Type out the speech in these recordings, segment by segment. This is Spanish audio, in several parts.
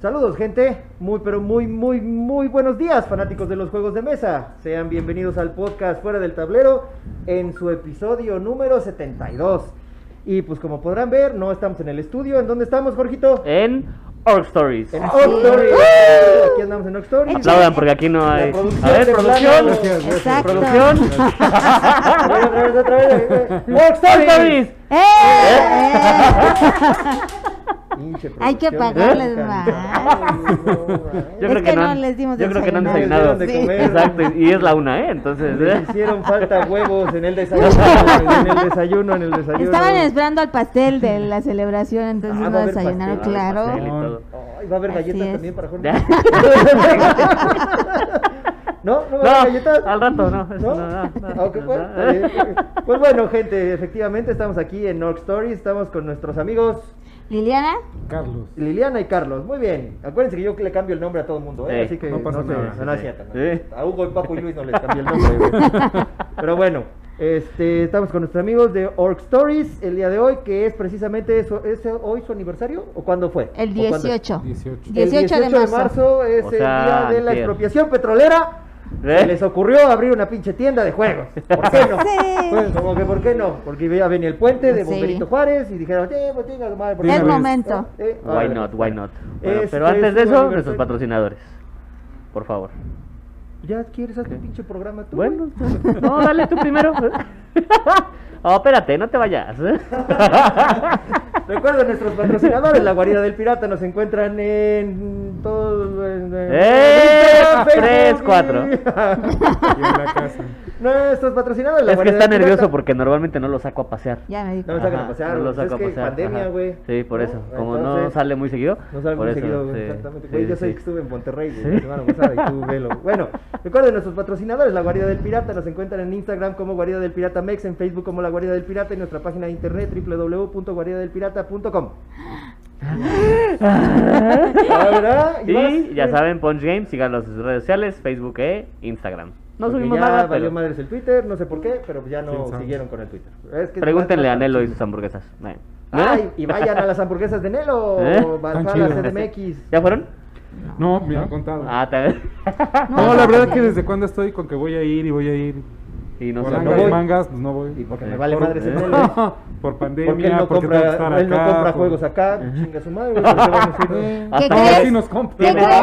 Saludos gente, muy pero muy muy muy buenos días fanáticos de los juegos de mesa. Sean bienvenidos al podcast Fuera del Tablero en su episodio número 72. Y pues como podrán ver, no estamos en el estudio. ¿En dónde estamos, Jorgito? en Org Stories. En Orc Stories. Aquí andamos en Orc Stories. Aplaudan porque aquí no hay. producción A ver, de producción. plano. Gracias, Exacto. Producción. Otra vez, otra vez. Org Stories. ¡Eh! Pinche Hay que producción pagarles de más. Ay, no, man. Yo Es creo que que no no han- les dimos Yo creo que no han desayunar. desayunado. Les dieron de comer. Exacto, y y es la una, ¿eh? Entonces. Le ¿eh? hicieron falta huevos en el desayuno, en el desayuno, en el desayuno. Estaban esperando al pastel de la celebración, entonces Ah, va a no haber desayunaron, pastel, va a haber claro. pastel. todo. Ay, va a haber Así galletas es. también para Jorge. Ya. ¿No? ¿No va a haber galletas? No, al rato no. ¿No? eso no, no, no, Ah, ok, no, bueno, no. está bien. Pues bueno, gente, efectivamente estamos aquí en North Story, estamos con nuestros amigos Liliana, Carlos. Liliana y Carlos. Muy bien. Acuérdense que yo le cambio el nombre a todo el mundo, ¿eh? Sí. Así que No pasa se- nada. no, no es cierto, no. Sí. A Hugo y Paco y Luis no les cambié el nombre. güey. Pero bueno, este, estamos con nuestros amigos de Orc Stories el día de hoy, que es precisamente su- ¿es hoy su aniversario o cuándo fue? el ¿O cuándo? 18. 18. El 18 de marzo. es O el sea, día de la antier. expropiación petrolera. ¿Eh? Se les ocurrió abrir una pinche tienda de juegos. ¿Por qué no? Sí. Pues, como que por qué no, porque ya venía el puente de Sí. Bomberito Juárez y dijeron, eh, pues tenga su madre, ¿por Es qué no?" momento. Eh, eh, Why órale. not, why not. Bueno, Este pero antes de es un eso, aniversario. nuestros patrocinadores. Por favor. Ya quieres hacer un pinche programa tú. Bueno, no, dale tú primero. Oh, espérate, no te vayas. Recuerden nuestros patrocinadores, la Guarida del Pirata, nos encuentran en todo en, en- ¡Eh! Instagram, Facebook Tres, y- cuatro. Y en la casa. nuestros patrocinadores, la Es que Guarida está del Pirata. nervioso porque normalmente no lo saco a pasear. Ya me dijo. No me sacan Ajá, a pasear, no lo pues, saco es a que pasear, pandemia, ajá. güey, Sí, por ¿no? eso. Como no Entonces, sale muy seguido. No salgo por muy eso, seguido, güey, sí, exactamente. sí, Güey, yo sí, soy sí. que estuve en Monterrey, güey, Sí. la semana pasada y tú velo. Bueno, recuerden nuestros patrocinadores, La Guarida del Pirata, nos encuentran en Instagram como Guarida del Pirata Mex, en Facebook como La Guarida del Pirata y nuestra página de internet www.guaridadelpirata.com. Ah, ¿verdad? eh, más? Y ya saben, Punch Game, síganlos en sus redes sociales, Facebook e Instagram. No Porque subimos ya nada, valió pero madres el Twitter, no sé por qué, pero ya ¿Quién no sabe? siguieron con el Twitter. Es que- pregúntenle a Nelo y sus hamburguesas. Bueno. Ay, oh, y vayan a las hamburguesas de Nelo, ¿Eh? Valhalla Tan chido. CDMX. ¿Ya fueron? Ah, No, me han contado. Ah, tal no, la verdad que desde cuando estoy con que voy a ir y voy a ir. Y no por se no angas voy. y mangas, pues no voy. Y porque Ok. me vale por, madres el ¿Eh? Nelo. ¿eh? por pandemia, Porque él no porque tengo que estar compra, él no acá, pues. compra por- juegos acá, chinga su madre, güey, ¿por qué vamos a ir? ¿Qué Hasta No, crees? sí nos compra. ¿Qué ¿no? crees?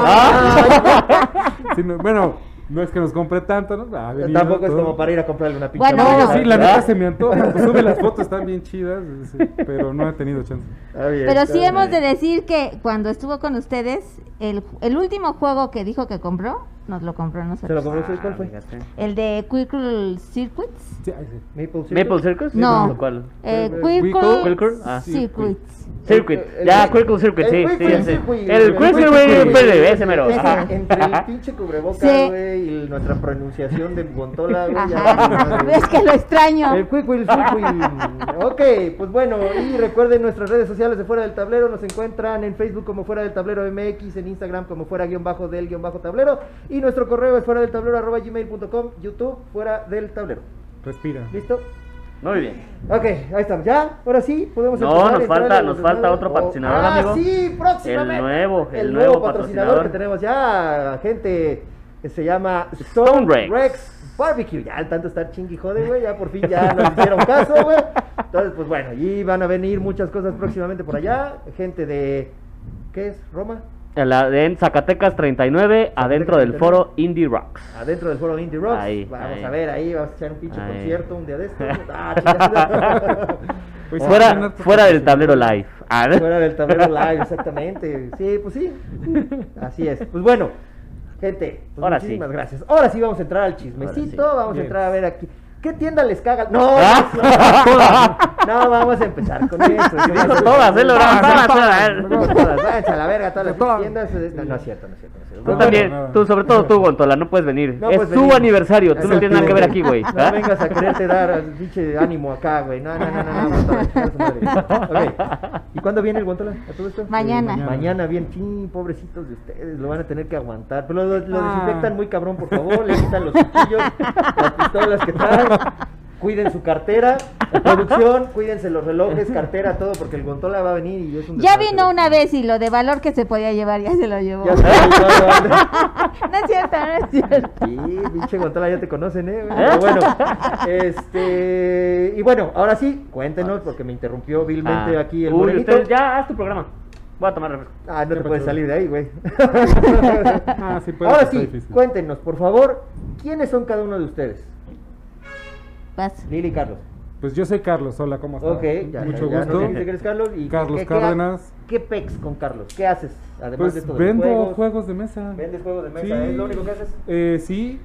Ah. Sí, no- bueno, no es que nos compre tanto, ¿no? Ha venido Tampoco es todo. como para ir a comprarle una pinche Bueno, No, Bueno, hamburguesa, sí, la ¿verdad? neta se me antoja. Pues sube las fotos, están bien chidas, sí, pero no he tenido chance. Está bien, Pero está sí bien. hemos de decir que cuando estuvo con ustedes, el, el último juego que dijo que compró, nos lo compró a ¿Se lo nosotros. compró usted? ¿Cuál fue? Ah, El de Quickle Circuits. Sí, ay, sí. Maple Syrup. ¿Maple Circus? No. ¿O ¿Cuál? Eh, Quickle- Quickle Quickle? Ah. Circuits. Circuit, El- el- ya, Quickle Circuit, el sí, sí, Quickle sí. Circuit, El güey, Quickle Circuit, ese, ese mero. Ese. Ajá. Entre el pinche cubrebocas, Sí. güey, y nuestra pronunciación de Gontola, güey. ya vale Ajá. madre. Es que lo extraño. El quick Wheel Circuit. Ok, pues bueno, y recuerden nuestras redes sociales de Fuera del Tablero. Nos encuentran en Facebook como Fuera del Tablero MX, en Instagram como Fuera guión bajo del guión bajo tablero. Y nuestro correo es fuera del tablero arroba gmail.com, YouTube Fuera del Tablero. Respira. ¿Listo? Muy bien. Ok, ahí estamos. ¿Ya? Ahora sí, podemos No, empezar a nos entrar falta- a los nos falta demás. otro patrocinador, ah, amigo. sí, próximamente. El nuevo, el nuevo patrocinador. que tenemos ya, gente, que se llama Stone, Rex. Rex. Barbecue. Ya, al tanto estar chingui jode, güey, ya por fin ya nos hicieron caso, güey. Entonces, pues bueno, y van a venir muchas cosas próximamente por allá. Gente de, ¿qué es? ¿Roma? En, la- en Zacatecas 39, adentro del foro Indie Rocks. Adentro del foro de Indie Rocks. Ahí, vamos ahí. a ver, ahí vamos a echar un pinche Ahí. concierto un día de estos. Ah, chingada. Pues, sí, Fuera, no te- fuera del tablero live. Ah, ¿no? Fuera del tablero live, exactamente. Sí, pues sí. Así es. Pues bueno, gente, pues Ahora muchísimas sí. gracias. Ahora sí vamos a entrar al chismecito, sí. vamos a Bien. entrar a ver aquí. ¿Qué tienda les caga? No, Ah. no, no, vamos a empezar con eso. Dijo todas, ¿eh, Laura? Todas, Todas, No, todas. todas, váyanse a la verga, todas las Todas. tiendas. No, no es cierto, no es cierto. No es cierto. Tú No, también, no, no. tú, sobre todo tú, Gontola, no puedes venir. No es puedes tu venir. aniversario, tú no tienes nada que ver aquí, güey. ¿ah? No vengas a quererte dar al pinche ánimo acá, güey. No, no, no, no, no. no, chingar a su madre. Ok. ¿Y cuándo viene el Guantola? ¿A todo esto? Mañana. Eh, mañana bien, ching, pobrecitos de ustedes, lo van a tener que aguantar. Pero lo, lo Ah. desinfectan muy cabrón, por favor, le quitan los cuchillos, las pistolas que traen. Cuiden su cartera, producción, cuídense los relojes, cartera, todo, porque el Gontola va a venir y es un Ya desastre. vino una vez y lo de valor que se podía llevar ya se lo llevó. Ya se lo llevó. no es cierto, no es cierto. Sí, pinche Gontola, ya te conocen, ¿eh? güey? Pero bueno, este. Y bueno, ahora sí, cuéntenos, porque me interrumpió vilmente Ah. aquí el Uy, morenito. ustedes ya haz tu programa. Voy a tomar refresco. Ah, no te pasó? puedes salir de ahí, güey. Ah, sí, puede ahora estar sí, difícil. cuéntenos, por favor, ¿quiénes son cada uno de ustedes? Vas. Lili y Carlos. Pues yo soy Carlos, hola, ¿cómo estás? Ok, ya, Mucho ya, ya nos gusto. dijiste que eres Carlos. Y Carlos ¿qué- qué- Cárdenas. ¿Qué pex con Carlos? ¿Qué haces? Además de Pues todo. vendo juegos, de mesa. Vendes juegos de mesa, Sí. ¿es lo único que haces? Eh, sí.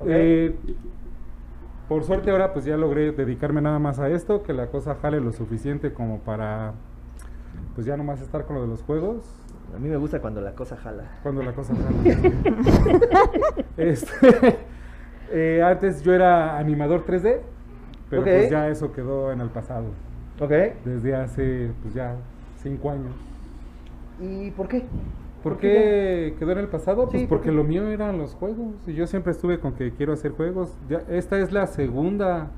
Ok. Eh, por suerte ahora pues ya logré dedicarme nada más a esto, que la cosa jale lo suficiente como para pues ya nomás estar con lo de los juegos, A mí me gusta cuando la cosa jala. cuando la cosa jale. Este, eh, antes yo era animador 3D, pero Ok. pues ya eso quedó en el pasado, Ok. desde hace pues ya cinco años. ¿Y por qué? ¿Por qué ya? qué quedó en el pasado? Pues Sí, ¿por porque qué? lo mío eran los juegos y yo siempre estuve con que quiero hacer juegos. Ya, esta es la segunda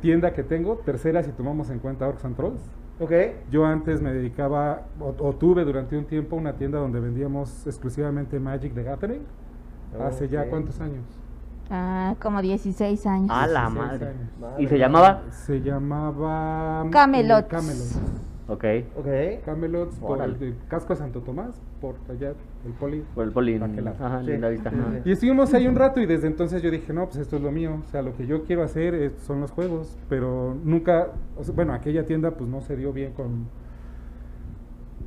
tienda que tengo, tercera si tomamos en cuenta Orcs and Trolls. Ok. Yo antes me dedicaba o, o tuve durante un tiempo una tienda donde vendíamos exclusivamente Magic the Gathering. Hace ya Ok. cuántos años? Ah, como 16 años. A la 16 madre. años. ¿Y Madre se llamaba? Se llamaba mm, Camelots. Camelots. Ok. Ok. Camelots por Órale. el Casco de Santo Tomás, por allá el Poli. Por el poli. Aquel lado. Ajá, Sí, linda vista. sí, ajá. sí. Y estuvimos ahí un rato y desde entonces yo dije, no, pues esto es lo mío, o sea, lo que yo quiero hacer es- son los juegos, pero nunca, o sea, bueno, aquella tienda pues no se dio bien con,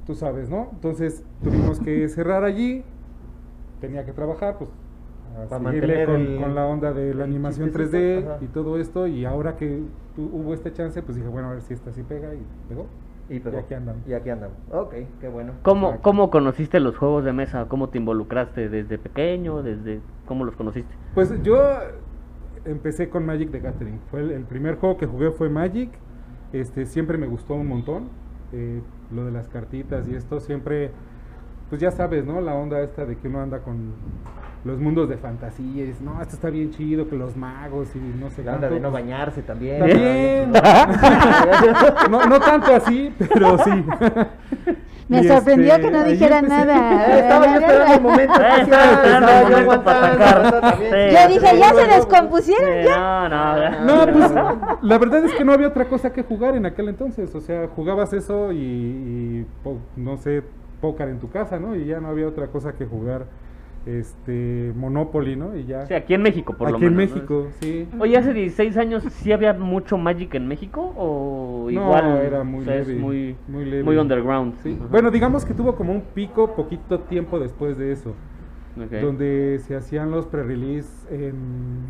tú sabes, ¿no? Entonces tuvimos que cerrar allí, tenía que trabajar, pues, a Para seguirle mantener con, el- con la onda de el la animación chistecito, 3D ajá. y todo esto, y ahora que tu- hubo este chance, pues dije, bueno, a ver si esta sí pega y pegó. Y, pegó. Y aquí andamos. Y aquí andamos. Ok, qué bueno. ¿Cómo, ¿Cómo conociste los juegos de mesa? ¿Cómo te involucraste desde pequeño? desde ¿Cómo los conociste? Pues yo empecé con Magic the Gathering. Fue el, el primer juego que jugué fue Magic. Este siempre me gustó un montón. eh, lo de las cartitas y esto siempre, pues ya sabes, ¿no? La onda esta de que uno anda con los mundos de fantasía. y dices, no, esto está bien chido, que los magos y no sé La onda de cuánto". no bañarse también. También. no, no tanto así, pero sí. Me Y, sorprendió este, que no ahí dijera empecé. nada. Eh, estaba yo esperando el momento Eh, especial, estaba esperando estaba el yo momento para aguantando, atacar. también. Sí. Yo dije, ya Luego, se luego, descompusieron. Eh, no, no. No, pues la verdad es que no había otra cosa que jugar en aquel entonces. O sea, jugabas eso y, y po- no sé, póker en tu casa, ¿no? Y ya no había otra cosa que jugar este Monopoly, ¿no? Y ya. Sí, aquí en México, por lo aquí en menos. ¿no? México, sí. Oye, hace 16 años, ¿sí había mucho Magic en México? ¿O No, igual? era muy o sea, es leve, muy, muy leve. muy underground. Sí. Ajá. Bueno, digamos que tuvo como un pico poquito tiempo después de eso, Ok. donde se hacían los pre-release en,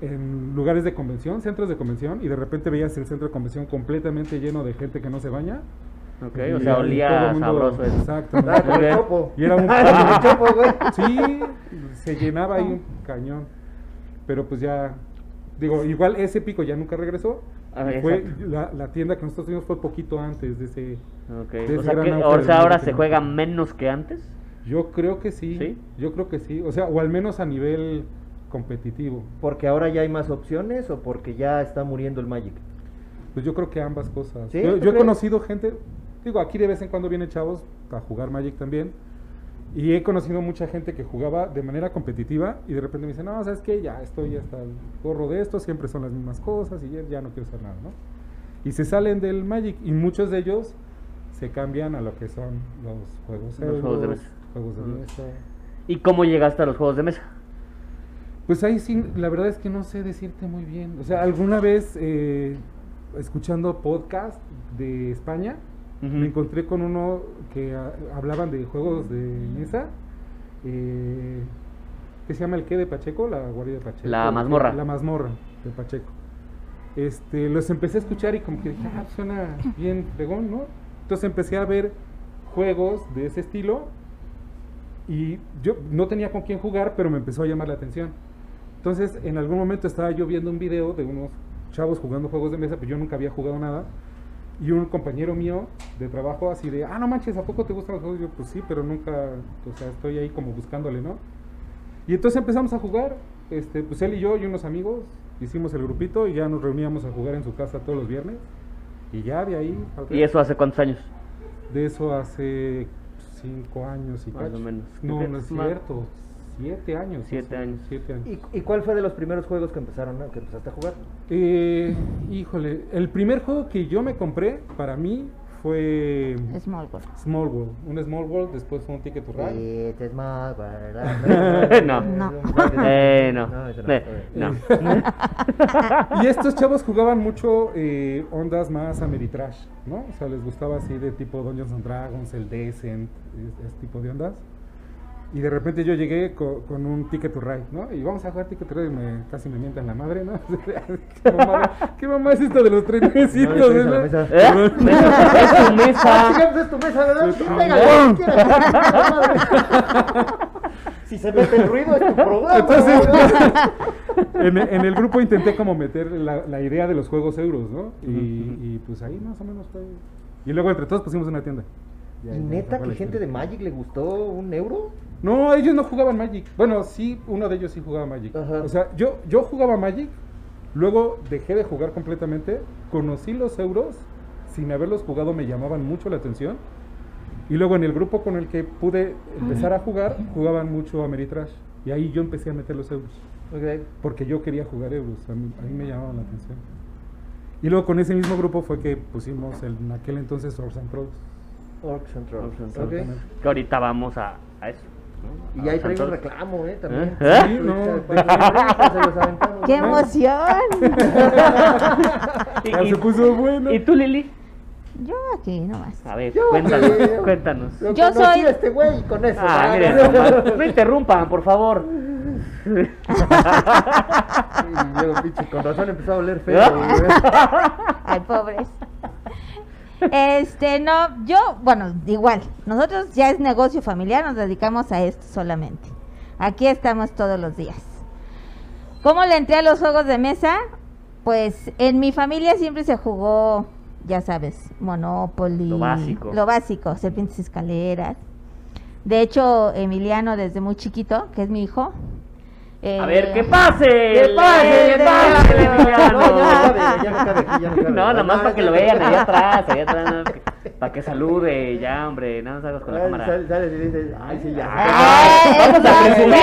en lugares de convención, centros de convención, y de repente veías el centro de convención completamente lleno de gente que no se baña. Ok, Y o sea, ahí todo olía el mundo- sabroso. eso. Exacto. Ah, como el Ok. chopo. Y era un- Ah, como el chopo, güey. Sí, se llenaba ahí un cañón. Pero pues ya, digo, igual ese pico ya nunca regresó. Ah, Fue exacto. la, la tienda que nosotros tuvimos fue poquito antes de ese. Ok, Desde O sea, gran que- auge o del sea, ahora Magic se en juega México. menos que antes. Yo creo que sí, ¿Sí? Yo creo que sí. O sea, o al menos a nivel competitivo. Porque ahora ya hay más opciones o porque ya está muriendo el Magic. Pues yo creo que ambas cosas. ¿Sí? Yo, ¿Tú yo he crees? conocido gente, digo, aquí de vez en cuando vienen chavos a jugar Magic también. Y he conocido mucha gente que jugaba de manera competitiva y de repente me dicen, no, ¿sabes qué? Ya estoy hasta el gorro de esto, siempre son las mismas cosas y ya, ya no quiero hacer nada, ¿no? Y se salen del Magic y muchos de ellos se cambian a lo que son los juegos, Los juegos de mesa. juegos de Ujú. mesa. ¿Y cómo llegaste a los juegos de mesa? Pues ahí sí, la verdad es que no sé decirte muy bien. O sea, alguna vez eh, escuchando podcast de España, Ujú. me encontré con uno que ah, hablaban de juegos de mesa, eh, que se llama el qué de Pacheco, la guardia de Pacheco. La el qué- mazmorra. La mazmorra de Pacheco. Este, los empecé a escuchar y como que dije, ah, suena bien fregón, ¿no? Entonces empecé a ver juegos de ese estilo y yo no tenía con quién jugar, pero me empezó a llamar la atención. Entonces, en algún momento estaba yo viendo un video de unos chavos jugando juegos de mesa, pero yo nunca había jugado nada. Y un compañero mío de trabajo así de, ah, no manches, ¿a poco te gustan los juegos? Yo, pues sí, pero nunca, o sea, estoy ahí como buscándole, ¿no? Y entonces empezamos a jugar, este, pues él y yo y unos amigos, Hicimos el grupito y ya nos reuníamos a jugar en su casa todos los viernes. Y ya de ahí. ¿Y eso hace cuántos años? De eso hace cinco años y Más o cacho. menos. No, no es Más- cierto. Siete años. Siete hace, años. Siete años. ¿Y, y cuál fue de los primeros juegos que empezaron, ¿no? que empezaste a jugar? Eh, híjole, el primer juego que yo me compré para mí fue Small World. Small World. Un Small World, después fue un Ticket to Ride. It Este is my brother. No. No. Eh, no. No, eso no. Eh, no. Y estos chavos jugaban mucho eh, ondas más ameritrash, ¿no? O sea, les gustaba así de tipo Dungeons and Dragons, el Descent, es- ese tipo de ondas. Y de repente yo llegué co- con, un Ticket to Ride, ¿no? Y vamos a jugar Ticket to Ride y me, casi me mientan la madre, ¿no? ¿Qué, mamada- qué mamá es esto de los trenecitos? No le pegues a la verdad? mesa. ¿Eh? Es tu Ah, mesa. chica, pues es tu mesa, ¿verdad? Sí, Pégale, no. si quieres, madre. Si se mete el ruido, es tu programa. Entonces- ¿verdad? en, en el grupo intenté como meter la, la idea de los juegos euros, ¿no? Y, y, pues ahí más o menos fue. Y luego entre todos pusimos una tienda. Ya, ¿Y ya, neta esa que fue la gente de historia. Magic le gustó un euro? No, ellos no jugaban Magic. Bueno, sí, uno de ellos sí jugaba Magic. Ajá. O sea, yo, yo jugaba Magic, luego dejé de jugar completamente, conocí los euros, sin haberlos jugado me llamaban mucho la atención. Y luego en el grupo con el que pude empezar a jugar, jugaban mucho Ameritrash. Y ahí yo empecé a meter los euros. porque yo quería jugar euros, a mí, a mí me llamaba la atención. Y luego con ese mismo grupo fue que pusimos el- en aquel entonces Orson and Crows. Orcs and Trolls. Orcs and Ok. Trolls. Que ahorita vamos a, a eso. ¿no? Y A ahí los traigo un santos. reclamo, ¿eh? También. ¿Eh? ¿Eh? Sí, no. Ahorita, cuando regresemos, se los aventamos. ¡Qué ¿no? emoción! Y- Ya y- se puso bueno. ¿Y tú, Lili? Yo aquí nomás. A ver, Yo, cuéntanos, eh, cuéntanos. Lo Yo conocí soy- a este güey con eso. Ah, ¿verdad? miren, nomás, no interrumpan, por favor. Y luego, pinche, con razón empezó a oler feo. ¿Eh? güey. Ay, pobres. Este, no, yo, bueno, igual, nosotros ya es negocio familiar, nos dedicamos a esto solamente. Aquí estamos todos los días. ¿Cómo le entré a los juegos de mesa? Pues en mi familia siempre se jugó, ya sabes, Monopoly. Lo básico. Lo básico, serpientes y escaleras. De hecho, Emiliano desde muy chiquito, que es mi hijo. eh, A ver, que pase. ¡Que pase, ¡Que que pase, pase! Emiliano! No, ya no cabe, ya no cabe aquí, ya no cabe. No, nada más No, para que ya lo no vean cabe. allá atrás, allá atrás. Para que salude, ya, hombre. Nada más hagas con la Ay, cámara. sale- sale y dice, ay, sí, ya. ¡Ah! ¡Vamos a Ay, presumir!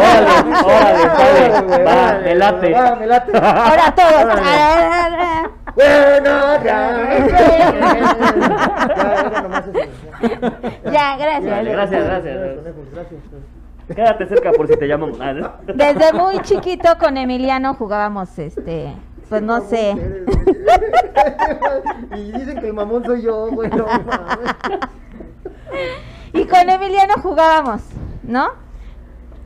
¡Órale! ¡Órale! Órale, ¡Órale! güey, ¡Padre! ¡Va! órale, ¡Me late! va, me late. Ahora todos. Órale. Ara, ara, ara. Bueno, ya. Ya, era nomás eso. Ya, gracias. Dale, gracias, gracias. Gracias. Quédate cerca por si te llamamos. Ah, ¿no? Desde muy chiquito con Emiliano jugábamos este, pues no sé. Y dicen que el mamón soy yo, güey. No, mames. Y con Emiliano jugábamos, ¿no?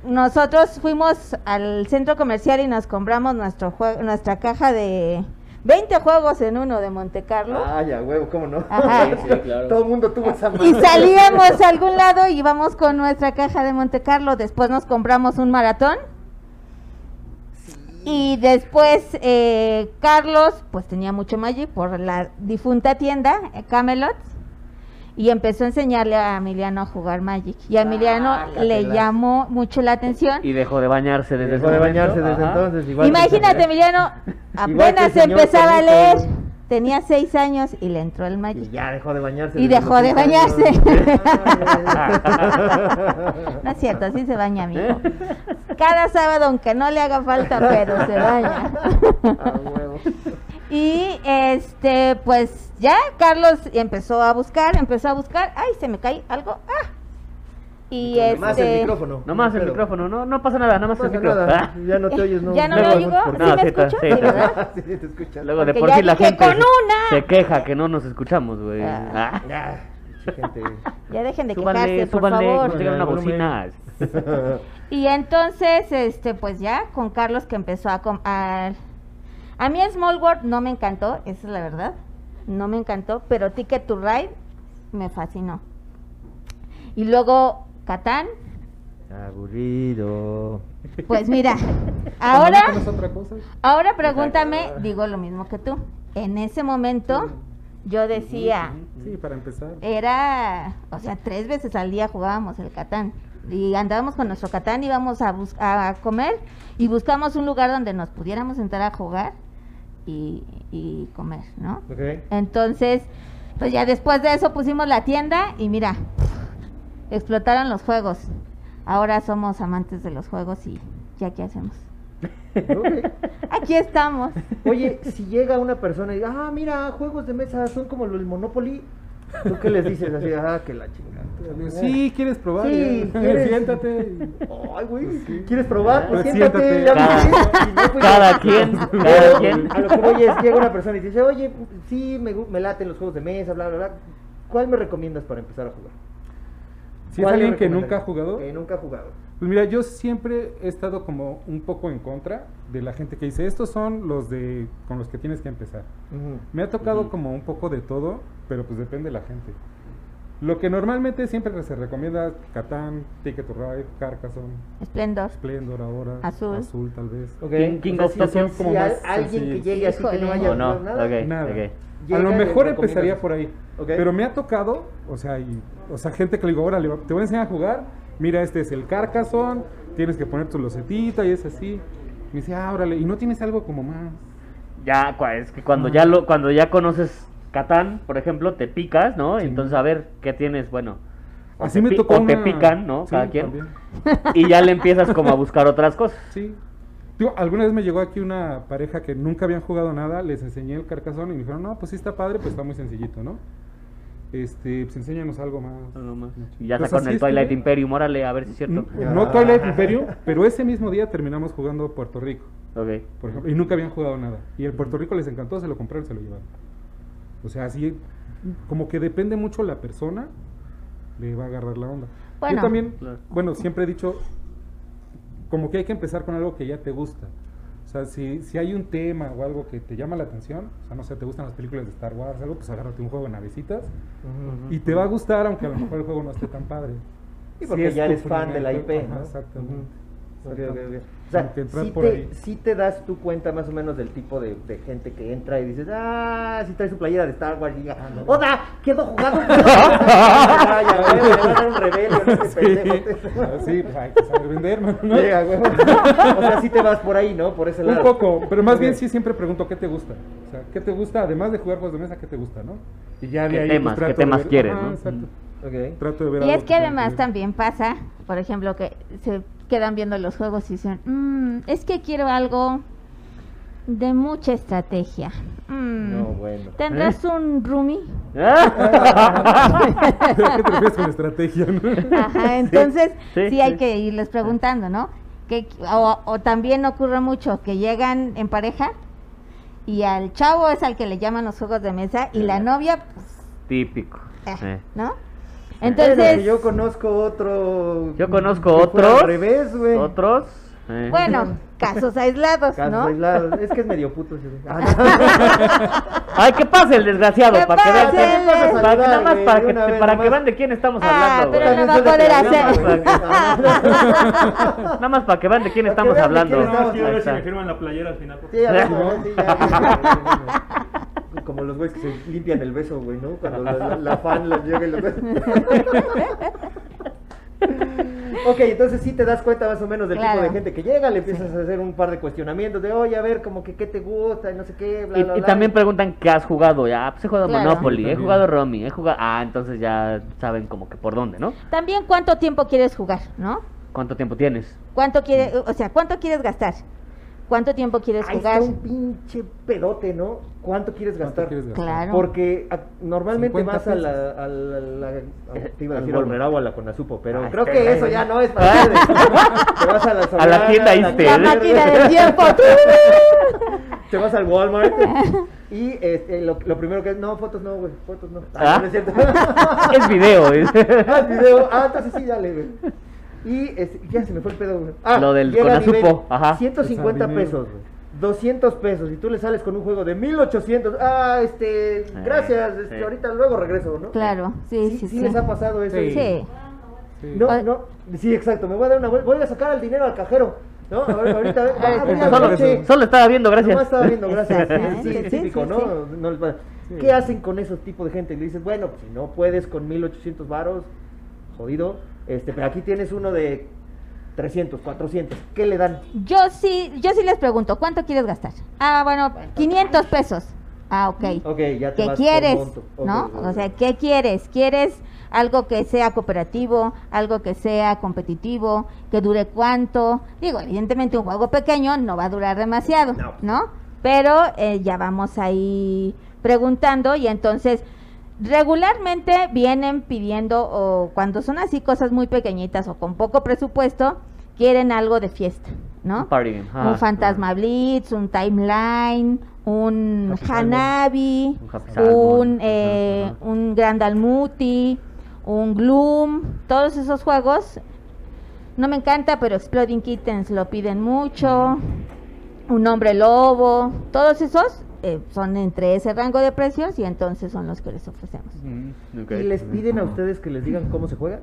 Nosotros fuimos al centro comercial y nos compramos nuestro jue- nuestra caja de 20 juegos en uno de Monte Carlo. Ah, ya, huevo, ¿cómo no? Ajá. Sí, sí, claro. Todo el mundo tuvo esa Y madre. salíamos a algún lado y íbamos con nuestra caja de Monte Carlo. Después nos compramos un maratón. Y después eh, Carlos, pues tenía mucho Magic por la difunta tienda eh, Camelot. Y empezó a enseñarle a Emiliano a jugar Magic. Y a Emiliano Ah, le Sácatelas. llamó mucho la atención. Y dejó de bañarse desde Dejó de ese bañarse momento. desde Ajá. entonces. Igual que- Imagínate, Emiliano, Igual que el apenas señor empezaba a Benito, leer. ¿no? Tenía seis años y le entró el Y Magic. ya dejó de bañarse. Y desde dejó de los seis años. No es cierto, así se baña, amigo. Cada sábado, aunque no le haga falta, pero se baña. Ah, huevo. Y este, pues ya Carlos empezó a buscar, empezó a buscar. Ay, se me cae algo. Ah. Y Nada más el este. micrófono. Nomás el Pero- micrófono, no, no pasa nada, nada No más el pasa micrófono. Ah. nada. Ya no te oyes, ¿no? ¿Ya no me Luego- oigo? por- ¿Sí No, me sí, escucho? sí, ¿Sí, sí. verdad? Sí, te escuchas. Luego de Porque por ya sí la dije gente con se- una. se queja que no nos escuchamos, güey. Ah. Ah. Ah, pinche gente. Ya dejen de Súbanle, quejarse, por súbanle, favor. que nos llegan una Volumen. bocina. Y entonces, este, pues ya con Carlos que empezó a, com- a... A mí Small World no me encantó, esa es la verdad. No me encantó, pero Ticket to Ride me fascinó. Y luego Catán, Aburrido. pues mira, Cuando ahora, no conoces otra cosa, ahora pregúntame, digo lo mismo que tú. En ese momento yo decía, Eh, Sí, para empezar. era, o sea, tres veces al día jugábamos el Catán. y andábamos con nuestro Catán, íbamos a, bus- a comer y buscamos un lugar donde nos pudiéramos sentar a jugar y, y comer, ¿no? Ok. Entonces, pues ya después de eso pusimos la tienda y mira, explotaron los juegos. Ahora somos amantes de los juegos y ya qué hacemos. Ok. Aquí estamos. Oye, si llega una persona y diga, ah, mira, juegos de mesa son como el Monopoly, ¿tú qué les dices? Así, ah, que la chingada. Sí, ¿quieres probar? Sí, Ya. ¿quieres? Siéntate. Ay, güey, ¿quieres probar? Pues Pues siéntate. siéntate. ya Cada- me- no, pues, Cada quien, cada quien. A lo que voy es, llega una persona y dice, oye, sí, me, gu- me laten los juegos de mesa, bla, bla, bla. ¿Cuál me recomiendas para empezar a jugar? Si es ¿Cuál le alguien que recomendarías? nunca ha jugado, Que nunca ha jugado. Pues mira, yo siempre he estado como un poco en contra de la gente que dice, estos son los de con los que tienes que empezar. Me ha tocado Ujú. como un poco de todo, pero pues depende de la gente. Lo que normalmente siempre se recomienda, Catán, Ticket to Ride, Carcassonne, Esplendor. Splendor ahora, Azul. tal vez. Ok, King- King of o sea, si- Tokyo. si Como al- más alguien que sencillo. llegue así que no Híjole. haya ¿O no? jugado nada. Ok. Nada. Llega a lo y mejor recomiendas empezaría eso. por ahí. Ok. Pero me ha tocado, o sea, y- o sea, gente que le digo, órale, te voy a enseñar a jugar. Mira, este es el Carcassonne, tienes que poner tu losetita y es así. Me dice, ah, órale, y no tienes algo como más. Ya, cua- es que cuando ya lo, cuando ya conoces Catán, por ejemplo, te picas, ¿no? Sí. Entonces a ver qué tienes, bueno. O Así te me pi- tocó o te una- pican, ¿no? Sí, Cada quien. también. Y ya le empiezas como a buscar otras cosas. Sí. Digo, alguna vez me llegó aquí una pareja que nunca habían jugado nada, les enseñé el Carcassonne y me dijeron, no, pues sí está padre, pues está muy sencillito, ¿no? Este, pues enséñanos algo más. Y ya Pues sacaron así el estuve. Twilight Imperium, órale, a ver si es cierto. Ya. No Twilight Imperio, pero ese mismo día terminamos jugando Puerto Rico. Ok. por ejemplo, y nunca habían jugado nada. Y el Puerto Rico les encantó, se lo compraron, se lo llevaron. O sea, así como que depende mucho la persona, le va a agarrar la onda. Bueno. Yo también, Claro. bueno, siempre he dicho, como que hay que empezar con algo que ya te gusta. O sea, si, si hay un tema o algo que te llama la atención, o sea, no sé, te gustan las películas de Star Wars, algo, pues agárrate un juego de navecitas Ujú. y te va a gustar, aunque a lo mejor el juego no esté tan padre. Sí, Si porque es ya tu eres fan de la primer juego, IP, ajá, ¿no? Exactamente. Ujú. Ok, ok, ok. O Como sea, que entrar sí por te, ahí. sí te das tu cuenta más o menos del tipo de, de gente que entra y dices, ah, si trae su playera de Star Wars y diga, ¡Oda! ¡Quedo jugando! ¡Ay, a ver, le va a dar un rebelde! ¿no? Este pendejo. Ah, sí, pues hay que saber vender, ¿no? Sí, a huevo. O sea, sí te vas por ahí, ¿no? Por ese lado. Un poco, pero más bien Ok. sí siempre pregunto qué te gusta. O sea, ¿qué te gusta? Además de jugar juegos de mesa, ¿qué te gusta, no? Y ya de ¿Qué ahí. pues, temas? trato ¿Qué de temas ver- quieres, Ajá, no? Exacto. Ok. Trato de ver Y algo es que tenga además ver. también pasa, por ejemplo, que se quedan viendo los juegos y dicen, "Mm, es que quiero algo de mucha estrategia. Mm, No, bueno. ¿Tendrás un roomie? ¿A ¿Qué te refieres con estrategia, no? Ajá, entonces sí, sí, hay sí. que irles preguntando, ¿no? Que, o, o también ocurre mucho que llegan en pareja y al chavo es al que le llaman los juegos de mesa y la novia, pues, Típico. eh, Eh. ¿no? Bueno, que Entonces, yo conozco otro. Yo conozco que fuera otros. Al revés, güey. Otros. eh. bueno, casos aislados, Casos ¿no? aislados. Es que es medio puto. ese güey. Ah, Ay, que pase el desgraciado, Que para que vean. pase el Para que- nada más desgraciado, para que, güey, una vez para que nomás. vean de quién estamos Ah, hablando, pero güey. También no va a soy de poder Tlaxcala, hacer. güey. Ah, Nada más para que vean de quién Para que estamos vean de hablando. quién Nada más estamos- quiero Ahí ver si está. me firman la playera al final. por Sí, a favor. ver, ¿no? Sí, ya, güey. Como los güeyes que se limpian el beso, güey, ¿no? Cuando la, la- la fan les llega y los Ok, entonces sí te das cuenta más o menos del tipo Claro. de gente que llega, le empiezas a hacer un par de cuestionamientos de, oye, a ver, como que qué te gusta y no sé qué, bla, Y, bla, y bla. también preguntan qué has jugado. Ya, pues he jugado Claro. Monopoly, he También. jugado Romy, he jugado. Ah, entonces ya saben como que por dónde, ¿no? También cuánto tiempo quieres jugar, ¿no? ¿Cuánto tiempo tienes? ¿Cuánto quieres, o sea, cuánto quieres gastar? ¿Cuánto tiempo quieres Ahí jugar? está un pinche pedote, ¿no? ¿Cuánto quieres gastar? ¿Cuánto quieres gastar? Claro. Porque a- normalmente 50 vas a la, pesos. a la, a la- a- te iba a Al decir Walmart. Walmart o a la Conasupo, pero Ah, creo este, que güey. eso ya no es para ustedes. Te vas a la, este. Soriana, tienda a Issste. La Walmart, máquina del tiempo. Te vas al Walmart y este, lo, lo primero que es, no, fotos no, güey, fotos no. Ah, Ah. no es cierto. Ah, es video, es. el video, ah, entonces sí, dale, güey. Y este, ya se me fue el pedo, güey. Ah, Lo del llega a nivel Conasupo, ajá. 150 Esa, pesos, güey. 200 pesos y tú le sales con un juego de 1800. Ah, este, gracias, este, Eh, sí. ahorita luego regreso, ¿no? Claro, sí, sí, sí. les ha pasado eso. Sí. Sí. Sí. No, no, sí, exacto, me voy a dar una vuelta, voy a sacar el dinero al cajero. No, a ver, ahorita, ah, mira, Solo, pinche- solo estaba viendo, gracias. Nomás estaba viendo, gracias. Sí, sí, Exactamente, sí, típico, sí, ¿no? sí. No les va- ¿Qué hacen con esos tipos de gente? Le dices, bueno, pues, si no puedes con 1800 varos, jodido. Este, pero aquí tienes uno de 300, 400. ¿Qué le dan? Yo sí, yo sí les pregunto, ¿cuánto quieres gastar? Ah, bueno, 500 pesos. Ah, ok. Ok, ya te vas ¿Qué por quieres? monto. Ok, ¿No? ok, O sea, ok. ¿qué quieres? ¿Quieres algo que sea cooperativo, algo que sea competitivo, que dure cuánto? Digo, evidentemente un juego pequeño no va a durar demasiado, No. ¿no? Pero eh, ya vamos ahí preguntando y entonces regularmente vienen pidiendo o cuando son así cosas muy pequeñitas o con poco presupuesto, quieren algo de fiesta, ¿no? Un party game, ah. ajá. un Fantasma Blitz, un Timeline, un Happy Salmon. Hanabi, Un Happy Salmon, un, eh, ajá, ajá. un Grand Almuti, un Gloom, todos esos juegos. No me encanta, pero Exploding Kittens lo piden mucho. Mm. Un Hombre Lobo, todos esos eh, son entre ese rango de precios y entonces son los que les ofrecemos. Mm, ok. ¿Y les piden a ustedes que les digan cómo se juega?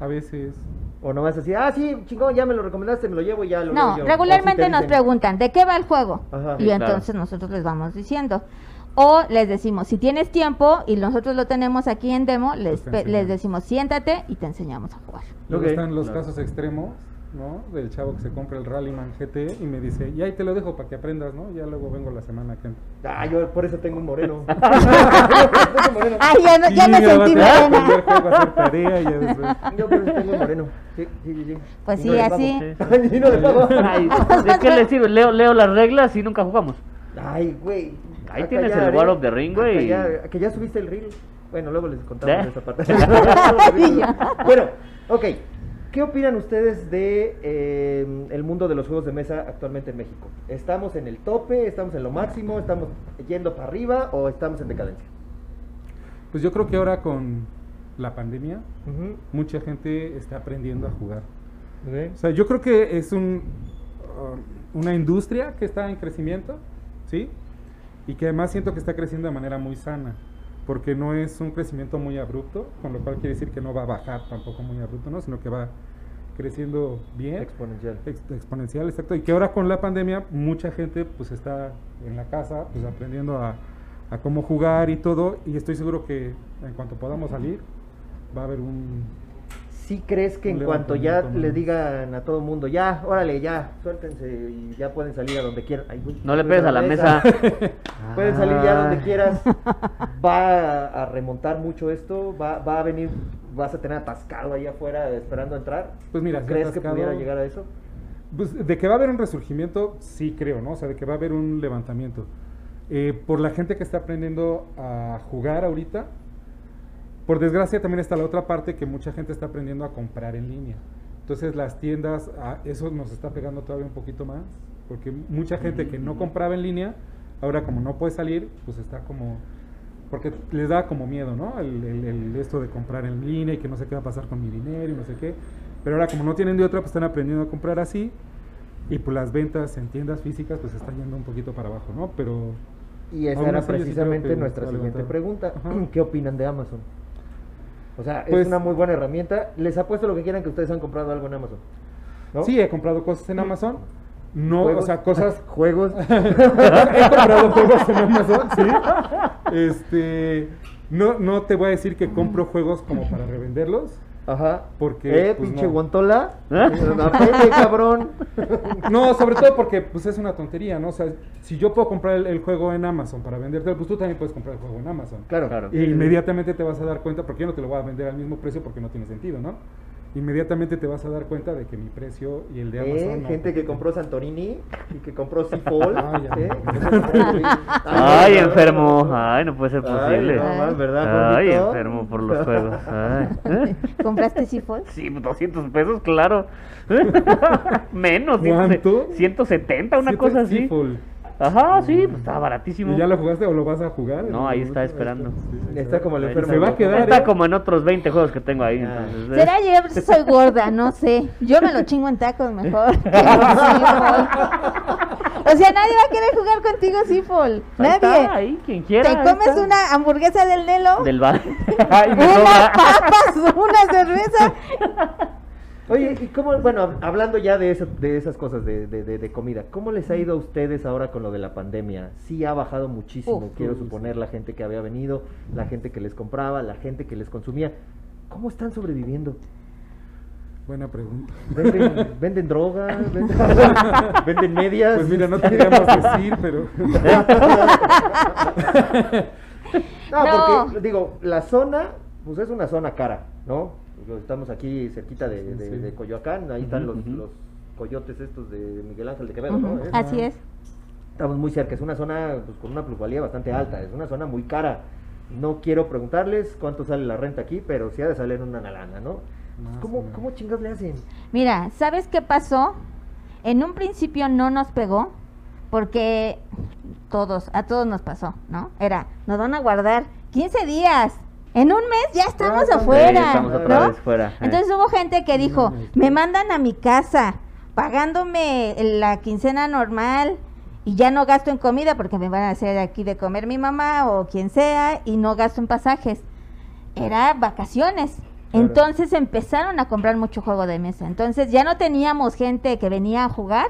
A veces. ¿O nomás así, ah, sí, chingón, ya me lo recomendaste, me lo llevo y ya lo No, leo yo"? ¿O regularmente si te nos dicen, preguntan, ¿de qué va el juego? Ajá. y Sí, claro. entonces nosotros les vamos diciendo. O les decimos, si tienes tiempo y nosotros lo tenemos aquí en demo, les, te pe- les enseñamos. decimos, siéntate y te enseñamos a jugar. Luego Ok. están los Claro. casos extremos, ¿no? Del chavo que se compra el Rallyman GT y me dice, y ahí te lo dejo para que aprendas, ¿no? Ya luego vengo la semana que entra. Ah, yo por eso tengo un moreno. Por eso tengo un moreno. Ay, ya, no- ya Sí, me ya va a sentí tener ¿eh? que morena. aprender juego, hacer tarea y ya después. Yo por eso tengo un moreno. Sí, sí, sí. sí. Pues Y sí, no le así. pago. Y no le pago. Ay, ¿De qué les digo? Leo, leo las reglas y nunca jugamos. Ay, güey. Ahí Acá tienes ya, el War eh, of the Ring, acá güey. ya- Que ya subiste el reel. Bueno, luego les contamos ¿Eh? esa parte. bueno, ok. ¿Qué opinan ustedes de eh, el mundo de los juegos de mesa actualmente en México? ¿Estamos en el tope? ¿Estamos en lo máximo? ¿Estamos yendo para arriba o estamos en decadencia? Pues yo creo que ahora con la pandemia, Ujú, mucha gente está aprendiendo a jugar. ok. O sea, yo creo que es un, um, una industria que está en crecimiento, ¿sí? Y que además siento que está creciendo de manera muy sana, porque no es un crecimiento muy abrupto, con lo cual quiere decir que no va a bajar tampoco muy abrupto, ¿no? Sino que va creciendo bien, Exponencial. ex- exponencial, exacto. Y que ahora con la pandemia mucha gente pues está en la casa, pues aprendiendo a, a cómo jugar y todo, y estoy seguro que en cuanto podamos salir, va a haber un... ¿Sí crees que en Un cuanto ya levantamiento, ¿no? le digan a todo mundo, ya, órale, ya, suéltense y ya pueden salir a donde quieran? Ay, güey, No le suéltense pegues a la mesa. Puedes salir ya donde Ah. Ay. quieras. Va a remontar mucho esto. Va, va a venir, vas a tener atascado ahí afuera esperando entrar. Pues mira, si ¿crees que atascado- pudiera llegar a eso? Pues, de que va a haber un resurgimiento, sí creo, ¿no? O sea, de que va a haber un levantamiento. Eh, por la gente que está aprendiendo a jugar ahorita, por desgracia también está la otra parte que mucha gente está aprendiendo a comprar en línea. Entonces las tiendas, a- eso nos está pegando todavía un poquito más, porque mucha gente que no compraba en línea, ahora como no puede salir, pues está como... Porque les da como miedo, ¿no? El, el- el esto de comprar en línea y que no sé qué va a pasar con mi dinero y no sé qué. Pero ahora como no tienen de otra, pues están aprendiendo a comprar así. Y pues las ventas en tiendas físicas pues están yendo un poquito para abajo, ¿no? Pero Y esa Aún era así, yo sí creo precisamente que nuestra va a siguiente levantar. pregunta. Ajá. ¿Qué opinan de Amazon? O sea, es Pues- una muy buena herramienta. Les apuesto lo que quieran que ustedes han comprado algo en Amazon. ¿no? sí, he comprado cosas en Amazon. No, Juegos. o sea, cosas... Juegos. he comprado juegos en Amazon, sí. Este... No, no te voy a decir que compro juegos como para revenderlos. Ajá. Porque, Eh, pues, pinche no. guantola. ¿Eh? Apete, cabrón. No, sobre todo porque pues es una tontería, ¿no? O sea, si yo puedo comprar el, el juego en Amazon para vendértelo, pues tú también puedes comprar el juego en Amazon. Claro. Claro. Y Eh, inmediatamente te vas a dar cuenta, porque yo no te lo voy a vender al mismo precio porque no tiene sentido, ¿no? Inmediatamente te vas a dar cuenta de que mi precio y el de Eh, Amazon. no gente que compiten. compró Santorini y que compró Cipol. Ay, ya. ¿eh? Que se compró Cipol. Ay, no, enfermo. no, no. Ay, no puede ser Ay, posible. no mames, ¿verdad, Ay, Juanito? enfermo por los juegos. Ay. ¿Compraste sifón? Sí, 200 pesos, claro. Menos, ¿Cuánto? 170, una Siete cosa así. Seafall. Ajá, sí, pues estaba baratísimo. ¿Y ya lo jugaste o lo vas a jugar? No, ahí está esperando. Está como el Ahí enfermo. Se va a quedar, Está ¿eh? como en otros 20 juegos que tengo ahí. Ah. entonces, eh. Será yo porque soy gorda, no sé. Yo me lo chingo en tacos mejor. que con Seafall. o sea, nadie va a querer jugar contigo, Sifol. Ahí Nadie. está, ahí, quien quiera. Te ahí comes está. una hamburguesa del Nelo, Del bar. Ay, me unas sobra. papas, una cerveza. Oye, y cómo, bueno, hab- hablando ya de, eso- de esas cosas de, de- de- de comida, ¿cómo les ha ido a ustedes ahora con lo de la pandemia? Sí ha bajado muchísimo, Uf. quiero suponer, la gente que había venido, la gente que les compraba, la gente que les consumía. ¿Cómo están sobreviviendo? ¿eh? Buena pregunta. ¿Venden, venden droga? ¿Venden, venden medias? Este, Pues mira, no queríamos decir, pero. No, No. porque, digo, la zona, pues es una zona cara, ¿no? Pues Estamos aquí cerquita de, de- Sí. de Coyoacán, ahí están Ujú, los, ujú. los coyotes estos de Miguel Ángel de Quevedo, Ujú, ¿no? Es- Así es. Estamos muy cerca, es una zona pues, con una plusvalía bastante alta, es una zona muy cara. No quiero preguntarles cuánto sale la renta aquí, pero sí ha de salir una lana, ¿no? Más o ¿Cómo, menos. ¿Cómo chingas le hacen? Mira, ¿sabes qué pasó? En un principio no nos pegó porque todos, a todos nos pasó, ¿no? Era, nos van a guardar 15 días. En un mes ya estamos estamos- afuera, Sí, estamos otra ¿no? vez fuera. eh. Entonces hubo gente que dijo, mames. me mandan a mi casa pagándome la quincena normal y ya no gasto en comida porque me van a hacer aquí de comer mi mamá o quien sea y no gasto en pasajes. Era vacaciones. Claro. Entonces empezaron a comprar mucho juego de mesa. Entonces ya no teníamos gente que venía a jugar,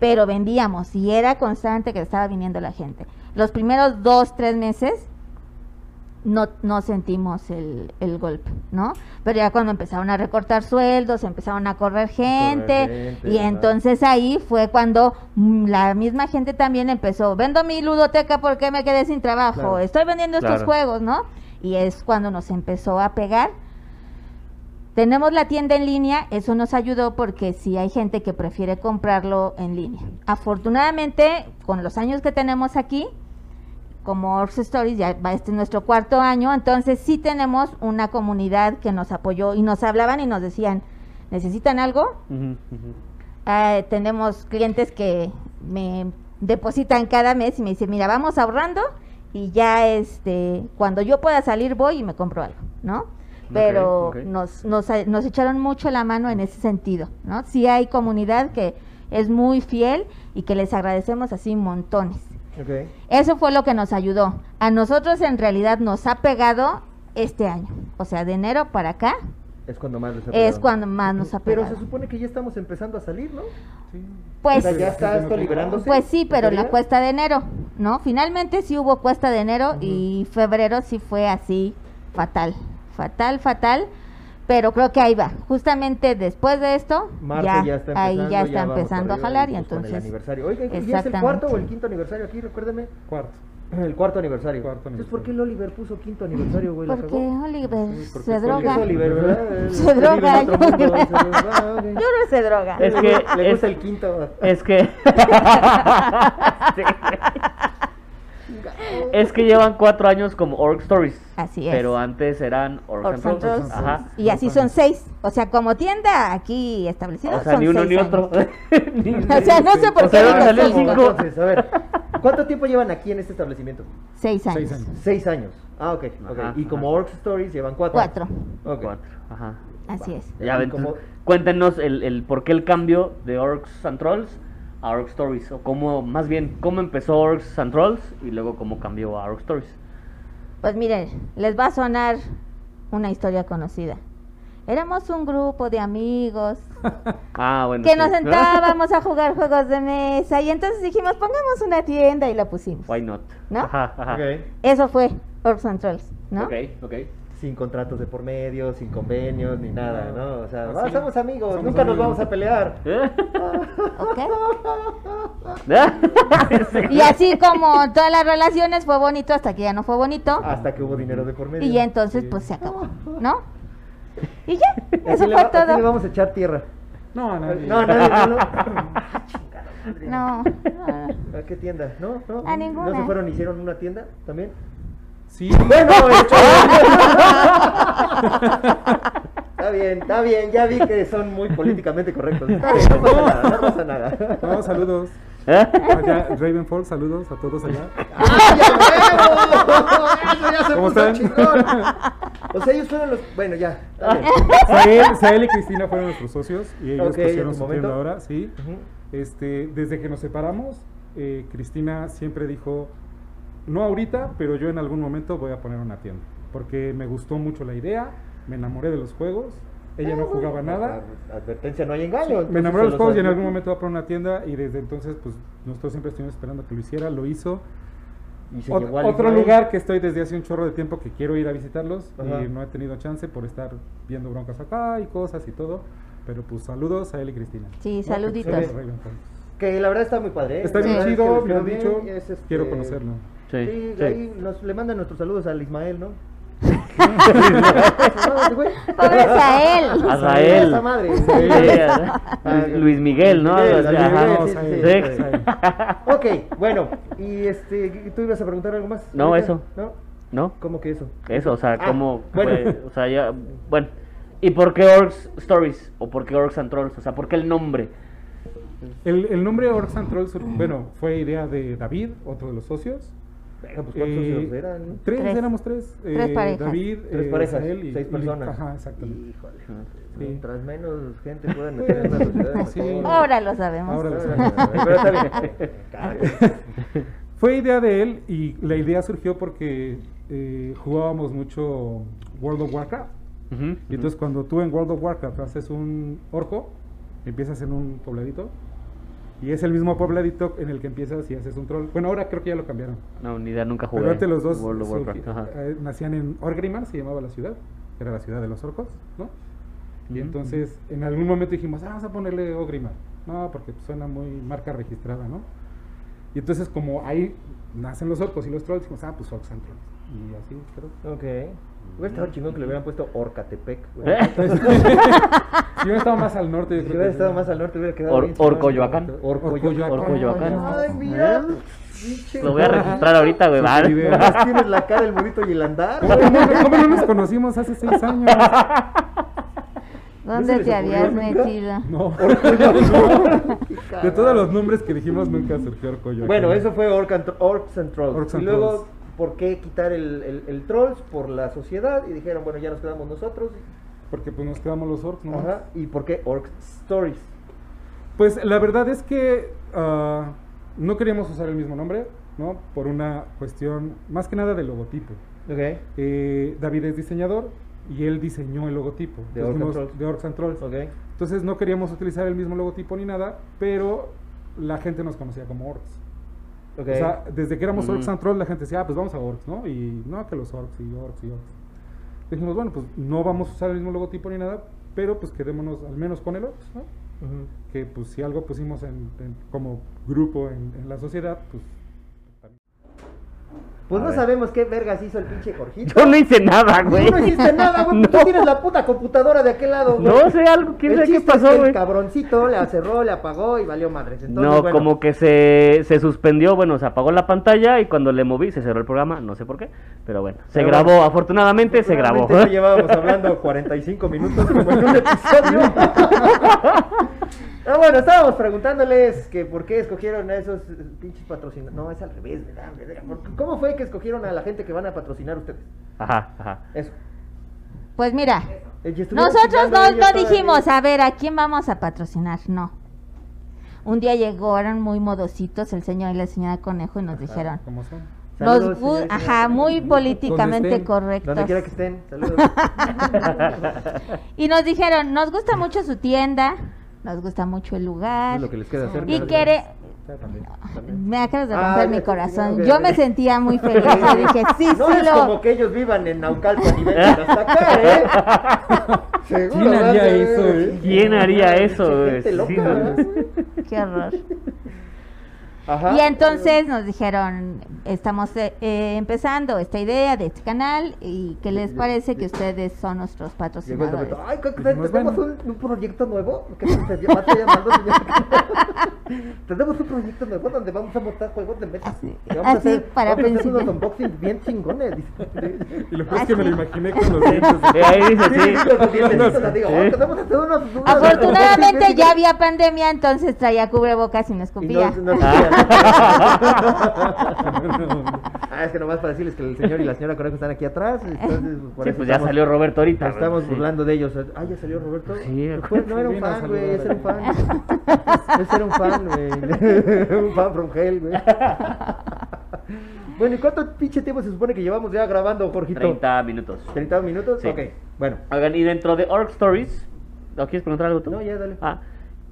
pero vendíamos y era constante que estaba viniendo la gente. Los primeros dos, tres meses no, no sentimos el, el golpe, ¿no? Pero ya cuando empezaron a recortar sueldos, empezaron a correr gente, gente, y ajá. entonces ahí fue cuando mm, la misma gente también empezó, vendo mi ludoteca porque me quedé sin trabajo, Claro. estoy vendiendo estos Claro. juegos, ¿no? Y es cuando nos empezó a pegar. Tenemos la tienda en línea, eso nos ayudó porque sí hay gente que prefiere comprarlo en línea. Afortunadamente, con los años que tenemos aquí, como Orcs Stories, ya va este es nuestro cuarto año, entonces sí tenemos una comunidad que nos apoyó y nos hablaban y nos decían, ¿necesitan algo? Ujú, ujú. Ah, tenemos clientes que me depositan cada mes y me dicen, mira, vamos ahorrando y ya este, cuando yo pueda salir voy y me compro algo, ¿no? Pero ok. Nos, nos, a- nos echaron mucho la mano en ese sentido, ¿no? Sí hay comunidad que es muy fiel y que les agradecemos así montones. Ok. Eso fue lo que nos ayudó. A nosotros en realidad nos ha pegado este año, o sea, de enero para acá Es cuando más les ha es pegado. cuando más nos ha Pero pegado. se supone que ya estamos empezando a salir, ¿no? Sí. O Pues sea, ya Sí, está sí, esto sí. liberándose. Pues sí, ¿en pero la teoría? cuesta de enero, ¿no? Finalmente sí hubo cuesta de enero y febrero sí fue así fatal, fatal, fatal, pero creo que ahí va. Justamente después de esto, Marzo ya, ya, está empezando, ahí ya está vamos empezando a arriba, jalar y pues, con el entonces aniversario. Oiga, ¿y ¿ya es el Exactamente. cuarto o el quinto aniversario aquí? Recuérdeme. Cuarto. El cuarto aniversario. Cuarto Entonces, ¿por aniversario. qué el Oliver puso quinto aniversario, güey? ¿La porque cagó? Oliver Sí, porque se Porque es droga. es Oliver, ¿verdad? Se Él vive en droga, otro yo- mundo, se droga, Yo ok. no se droga. Es que- le gusta es- el quinto. Es que. es que llevan cuatro años como Org Stories. Así es. Pero antes eran Org Orcs and Trolls. Ajá. Y así son seis, o sea, como tienda aquí establecida. O sea, son ni uno seis ni años. otro. Ni- O sea, no sé por O qué sea, digo van a salir seis, cinco. años. Entonces, a ver, ¿cuánto tiempo llevan aquí en este establecimiento? Seis años. Seis años. Seis años. Ah, ok. ok. Ajá, y como ajá. Orc Stories llevan cuatro. Cuatro, Ok. Cuatro. Ajá. así Va. es. Ya, Y ent- como- cuéntenos el, el por qué el cambio de Orcs and Trolls a Orc Stories. O cómo, más bien, cómo empezó Orcs and Trolls y luego cómo cambió a Orc Stories. Pues miren, les va a sonar una historia conocida. Éramos un grupo de amigos Ah, bueno. que sí. nos sentábamos a jugar juegos de mesa y entonces dijimos, pongamos una tienda y la pusimos. Why not? ¿No? Ajá, ajá. Ok. Eso fue Orcs and Trolls, ¿no? Ok, ok. Sin contratos de por medio, sin convenios, ni nada, ¿no? O sea, Así. "Ah, somos amigos, Somos nunca nos amigos. vamos a pelear. ¿Eh? Ok. Sí. Y así como en todas las relaciones fue bonito hasta que ya no fue bonito Hasta que hubo dinero de por Ah, medio. y ya entonces Sí. pues se acabó, ¿no? Y ya, Aquí eso le fue va- aquí le todo. vamos a echar tierra. No, a nadie. No, nadie, no, no. No, no, no. ¿A qué tienda? ¿No? ¿No? A ninguna. ¿No se fueron y hicieron una tienda también? Sí, Bueno, este- Está bien, está bien, ya vi que son muy políticamente correctos. Está bien, no pasa nada, no pasa nada. no, saludos. Allá, Raven Falls, saludos a todos allá. ¡Ay, a huevo! Eso ya se ¿Cómo puso están? chingón. O sea, ellos fueron los. Bueno, ya, está bien. Sael, Sael y Cristina fueron nuestros socios y ellos Ok, en pusieron su su tienda momento. ahora, sí. Ujú. Este, desde que nos separamos, eh, Cristina siempre dijo, no ahorita, pero yo en algún momento voy a poner una tienda, porque me gustó mucho la idea, me enamoré de los juegos, ella no jugaba nada, Advertencia, no hay engaño. entonces me enamoré de se los juegos y en algún advierto. momento va a poner una tienda y desde entonces, pues nosotros siempre estuvimos esperando que lo hiciera, lo hizo. Y se Ot- llevó al otro Israel. lugar que estoy desde hace un chorro de tiempo que quiero ir a visitarlos Ajá. y no he tenido chance por estar viendo broncas acá y cosas y todo. Pero pues saludos a él y Cristina. Sí, No, saluditos. que se arreglen todo. Que la verdad está muy padre. ¿eh? Está Sí. bien La verdad es chido, pues. que me lo han está dicho. bien, es, este, Quiero conocerlo. Sí, Sí, sí. ahí nos, le mandan nuestros saludos al Ismael, ¿no? Pobres a él. A Azael. Israel. Esa madre. Sí, Ah, Luis Miguel, ¿no? Miguel, Algo así, Luis ajá. Miguel, Saludos sí, a sí, él, sí. a él. Ok, bueno, y este, ¿tú ibas a preguntar algo más? No, ahorita? eso. ¿No? ¿No? ¿Cómo que eso? Eso, o sea, Ah, cómo bueno. fue, o sea, ya, bueno. ¿Y por qué Orcs Stories? ¿O por qué Orcs and Trolls? O sea, ¿por qué el nombre? El, el nombre Orcs and Trolls, bueno, fue idea de David, otro de los socios. Venga, pues cuántos Eh, socios eran. Tres, Tres. éramos tres. Tres parejas. David, Tres eh, parejas, Israel y- seis y- personas. Ajá, exactamente. Híjole. Sí. Mientras menos gente puedan meter en la sociedad. Sí. mejor. Ahora lo sabemos. Ahora lo Pero está bien. Fue idea de él y la idea surgió porque eh, jugábamos mucho World of Warcraft. Ujú. Y entonces cuando tú en World of Warcraft haces un orco, empiezas en un pobladito. Y es el mismo pobladito en el que empiezas y haces un troll. Bueno, ahora creo que ya lo cambiaron. No, ni idea, nunca jugué. Pero antes los dos World of surgi- Warcraft, ajá. Ah, eh, nacían en Orgrimmar, se llamaba la ciudad. Era la ciudad de los orcos, ¿no? Y Ujú, entonces en algún momento dijimos, ah, vamos a ponerle Ogrimmar. No, porque suena muy marca registrada, ¿no? Y entonces como ahí nacen los orcos y los trolls, dijimos, ah, pues orcs and trolls. Y así, creo. Ok. Hubiera estado chingón que le hubieran puesto Orcatepec. güey. ¿Eh? Si hubiera estado más al norte, yo Si creo hubiera que- estado más al norte, hubiera quedado. Or- bien chingón. Orcoyoacán. Orcoyoacán. Orcoyoacán. Ay, ¿Eh? mira. Lo voy a registrar ahorita, güey. Sí, ¿vale? sí, sí. Además tienes la cara, el burrito y el andar. ¿Cómo, no- cómo no nos conocimos hace seis años? ¿No ¿Dónde se te les habías ocurrió nunca? metido? No. Caray. De todos los nombres que dijimos, nunca surgió Orcoyoacán. Bueno, eso fue Orc and Tro- Orcs and Trolls. Orcs y and luego, Trolls. ¿por qué quitar el, el- el Trolls? Por la sociedad. Y dijeron, bueno, ya nos quedamos nosotros. Porque pues nos quedamos los orcs, ¿no? Ajá. ¿Y por qué Orc Stories? Pues la verdad es que ah, no queríamos usar el mismo nombre, ¿no? Por una cuestión más que nada de logotipo. Ok. Eh, David es diseñador y él diseñó el logotipo De Entonces, Orcs and dijimos, Trolls. de Orcs and Trolls. Ok. Entonces no queríamos utilizar el mismo logotipo ni nada, pero la gente nos conocía como Orcs. Ok. O sea, desde que éramos Ujú. Orcs and Trolls, la gente decía, ah, pues vamos a Orcs, ¿no? Y no, que los Orcs y Orcs y Orcs. Dijimos, bueno, pues no vamos a usar el mismo logotipo ni nada, pero pues quedémonos al menos con el Orcs, ¿no? Ujú. que pues si algo pusimos en, en- como grupo en, en la sociedad, pues... Pues A no ver. sabemos qué vergas hizo el pinche Jorgito. Yo no hice nada, güey. Tú no hiciste nada, güey. pues Tú tienes la puta computadora de aquel lado, güey. No sé algo, quién El sabe qué chiste es que pasó, El güey. cabroncito le cerró, le apagó y valió madres. Entonces, No, bueno, como que se, se suspendió, bueno, se apagó la pantalla y cuando le moví se cerró el programa, no sé por qué, pero bueno, se Pero grabó, afortunadamente se grabó. Realmente No llevábamos hablando 45 minutos como en un episodio. Ah, bueno, estábamos preguntándoles que por qué escogieron a esos eh, pinches patrocinadores. No, es al revés, ¿verdad? ¿Por qué- ¿Cómo fue que escogieron a la gente que van a patrocinar ustedes? Ajá, ajá. Eso. Pues mira, Eh, y estuvieron nosotros chingando no, ellos no todavía. dijimos, a ver, ¿a quién vamos a patrocinar? No. Un día llegaron muy modositos el señor y la señora Conejo y nos dijeron, ¿Cómo son? los Saludos, gu- señores. ajá, muy políticamente estén, donde correctos. Donde quiera que estén, saludos. Y nos dijeron, nos gusta mucho su tienda, nos gusta mucho el lugar. Es lo que les queda hacer. Y ¿no? quiere, Ya también. me acabas de Ah, romper ya mi te- corazón. ok, Yo ok. me sentía muy Sí, feliz. Yo dije, sí, no sí es lo. como que ellos vivan en Naucalpan y vengan hasta acá, ¿eh? Seguro. ¿Quién haría van a- eso, eh? ¿Quién haría eso, Gente güey? loca, Sí, no, ¿verdad? Qué horror. Ajá. Y entonces nos dijeron, estamos eh, eh, empezando esta idea de este canal y que les parece que ustedes son nuestros Llegó el patrocinadores. momento. Ay, ¿qué- qué- Dijimos, tenemos bueno. un, un proyecto nuevo. ¿Qué se llama? Se llama algo, señor. tenemos un proyecto nuevo donde vamos a montar juegos de mesa. Así- Y vamos a así hacer, para vamos a hacer unos principiantes. unboxings bien chingones. Y lo peor es que me lo Así. imaginé con los dientes. Sí, ahí dice sí. Los dientecitos, así, "Oh, tenemos que hacer unos- unos Afortunadamente unboxings ya bien había pandemia, entonces traía cubrebocas y no Y no- escupía. no quería. así. Ah, es que nomás para decirles que el señor y la señora Conejo están aquí atrás. Entonces, pues, por Sí, eso pues ya estamos- salió Roberto ahorita. güey, Estamos sí. burlando de ellos. Ah, ya salió Roberto. Sí, Pues, no era un vino a fan, güey. Ese era un saludar fan. Ese era un fan, güey. un fan from hell, güey. bueno, ¿y cuánto pinche tiempo se supone que llevamos ya grabando, Jorgito? 30 minutos. 30 minutos? Sí. Ok, bueno. Oigan, y dentro de Org Stories, ¿no quieres preguntar algo tú? No, ya dale. Ah,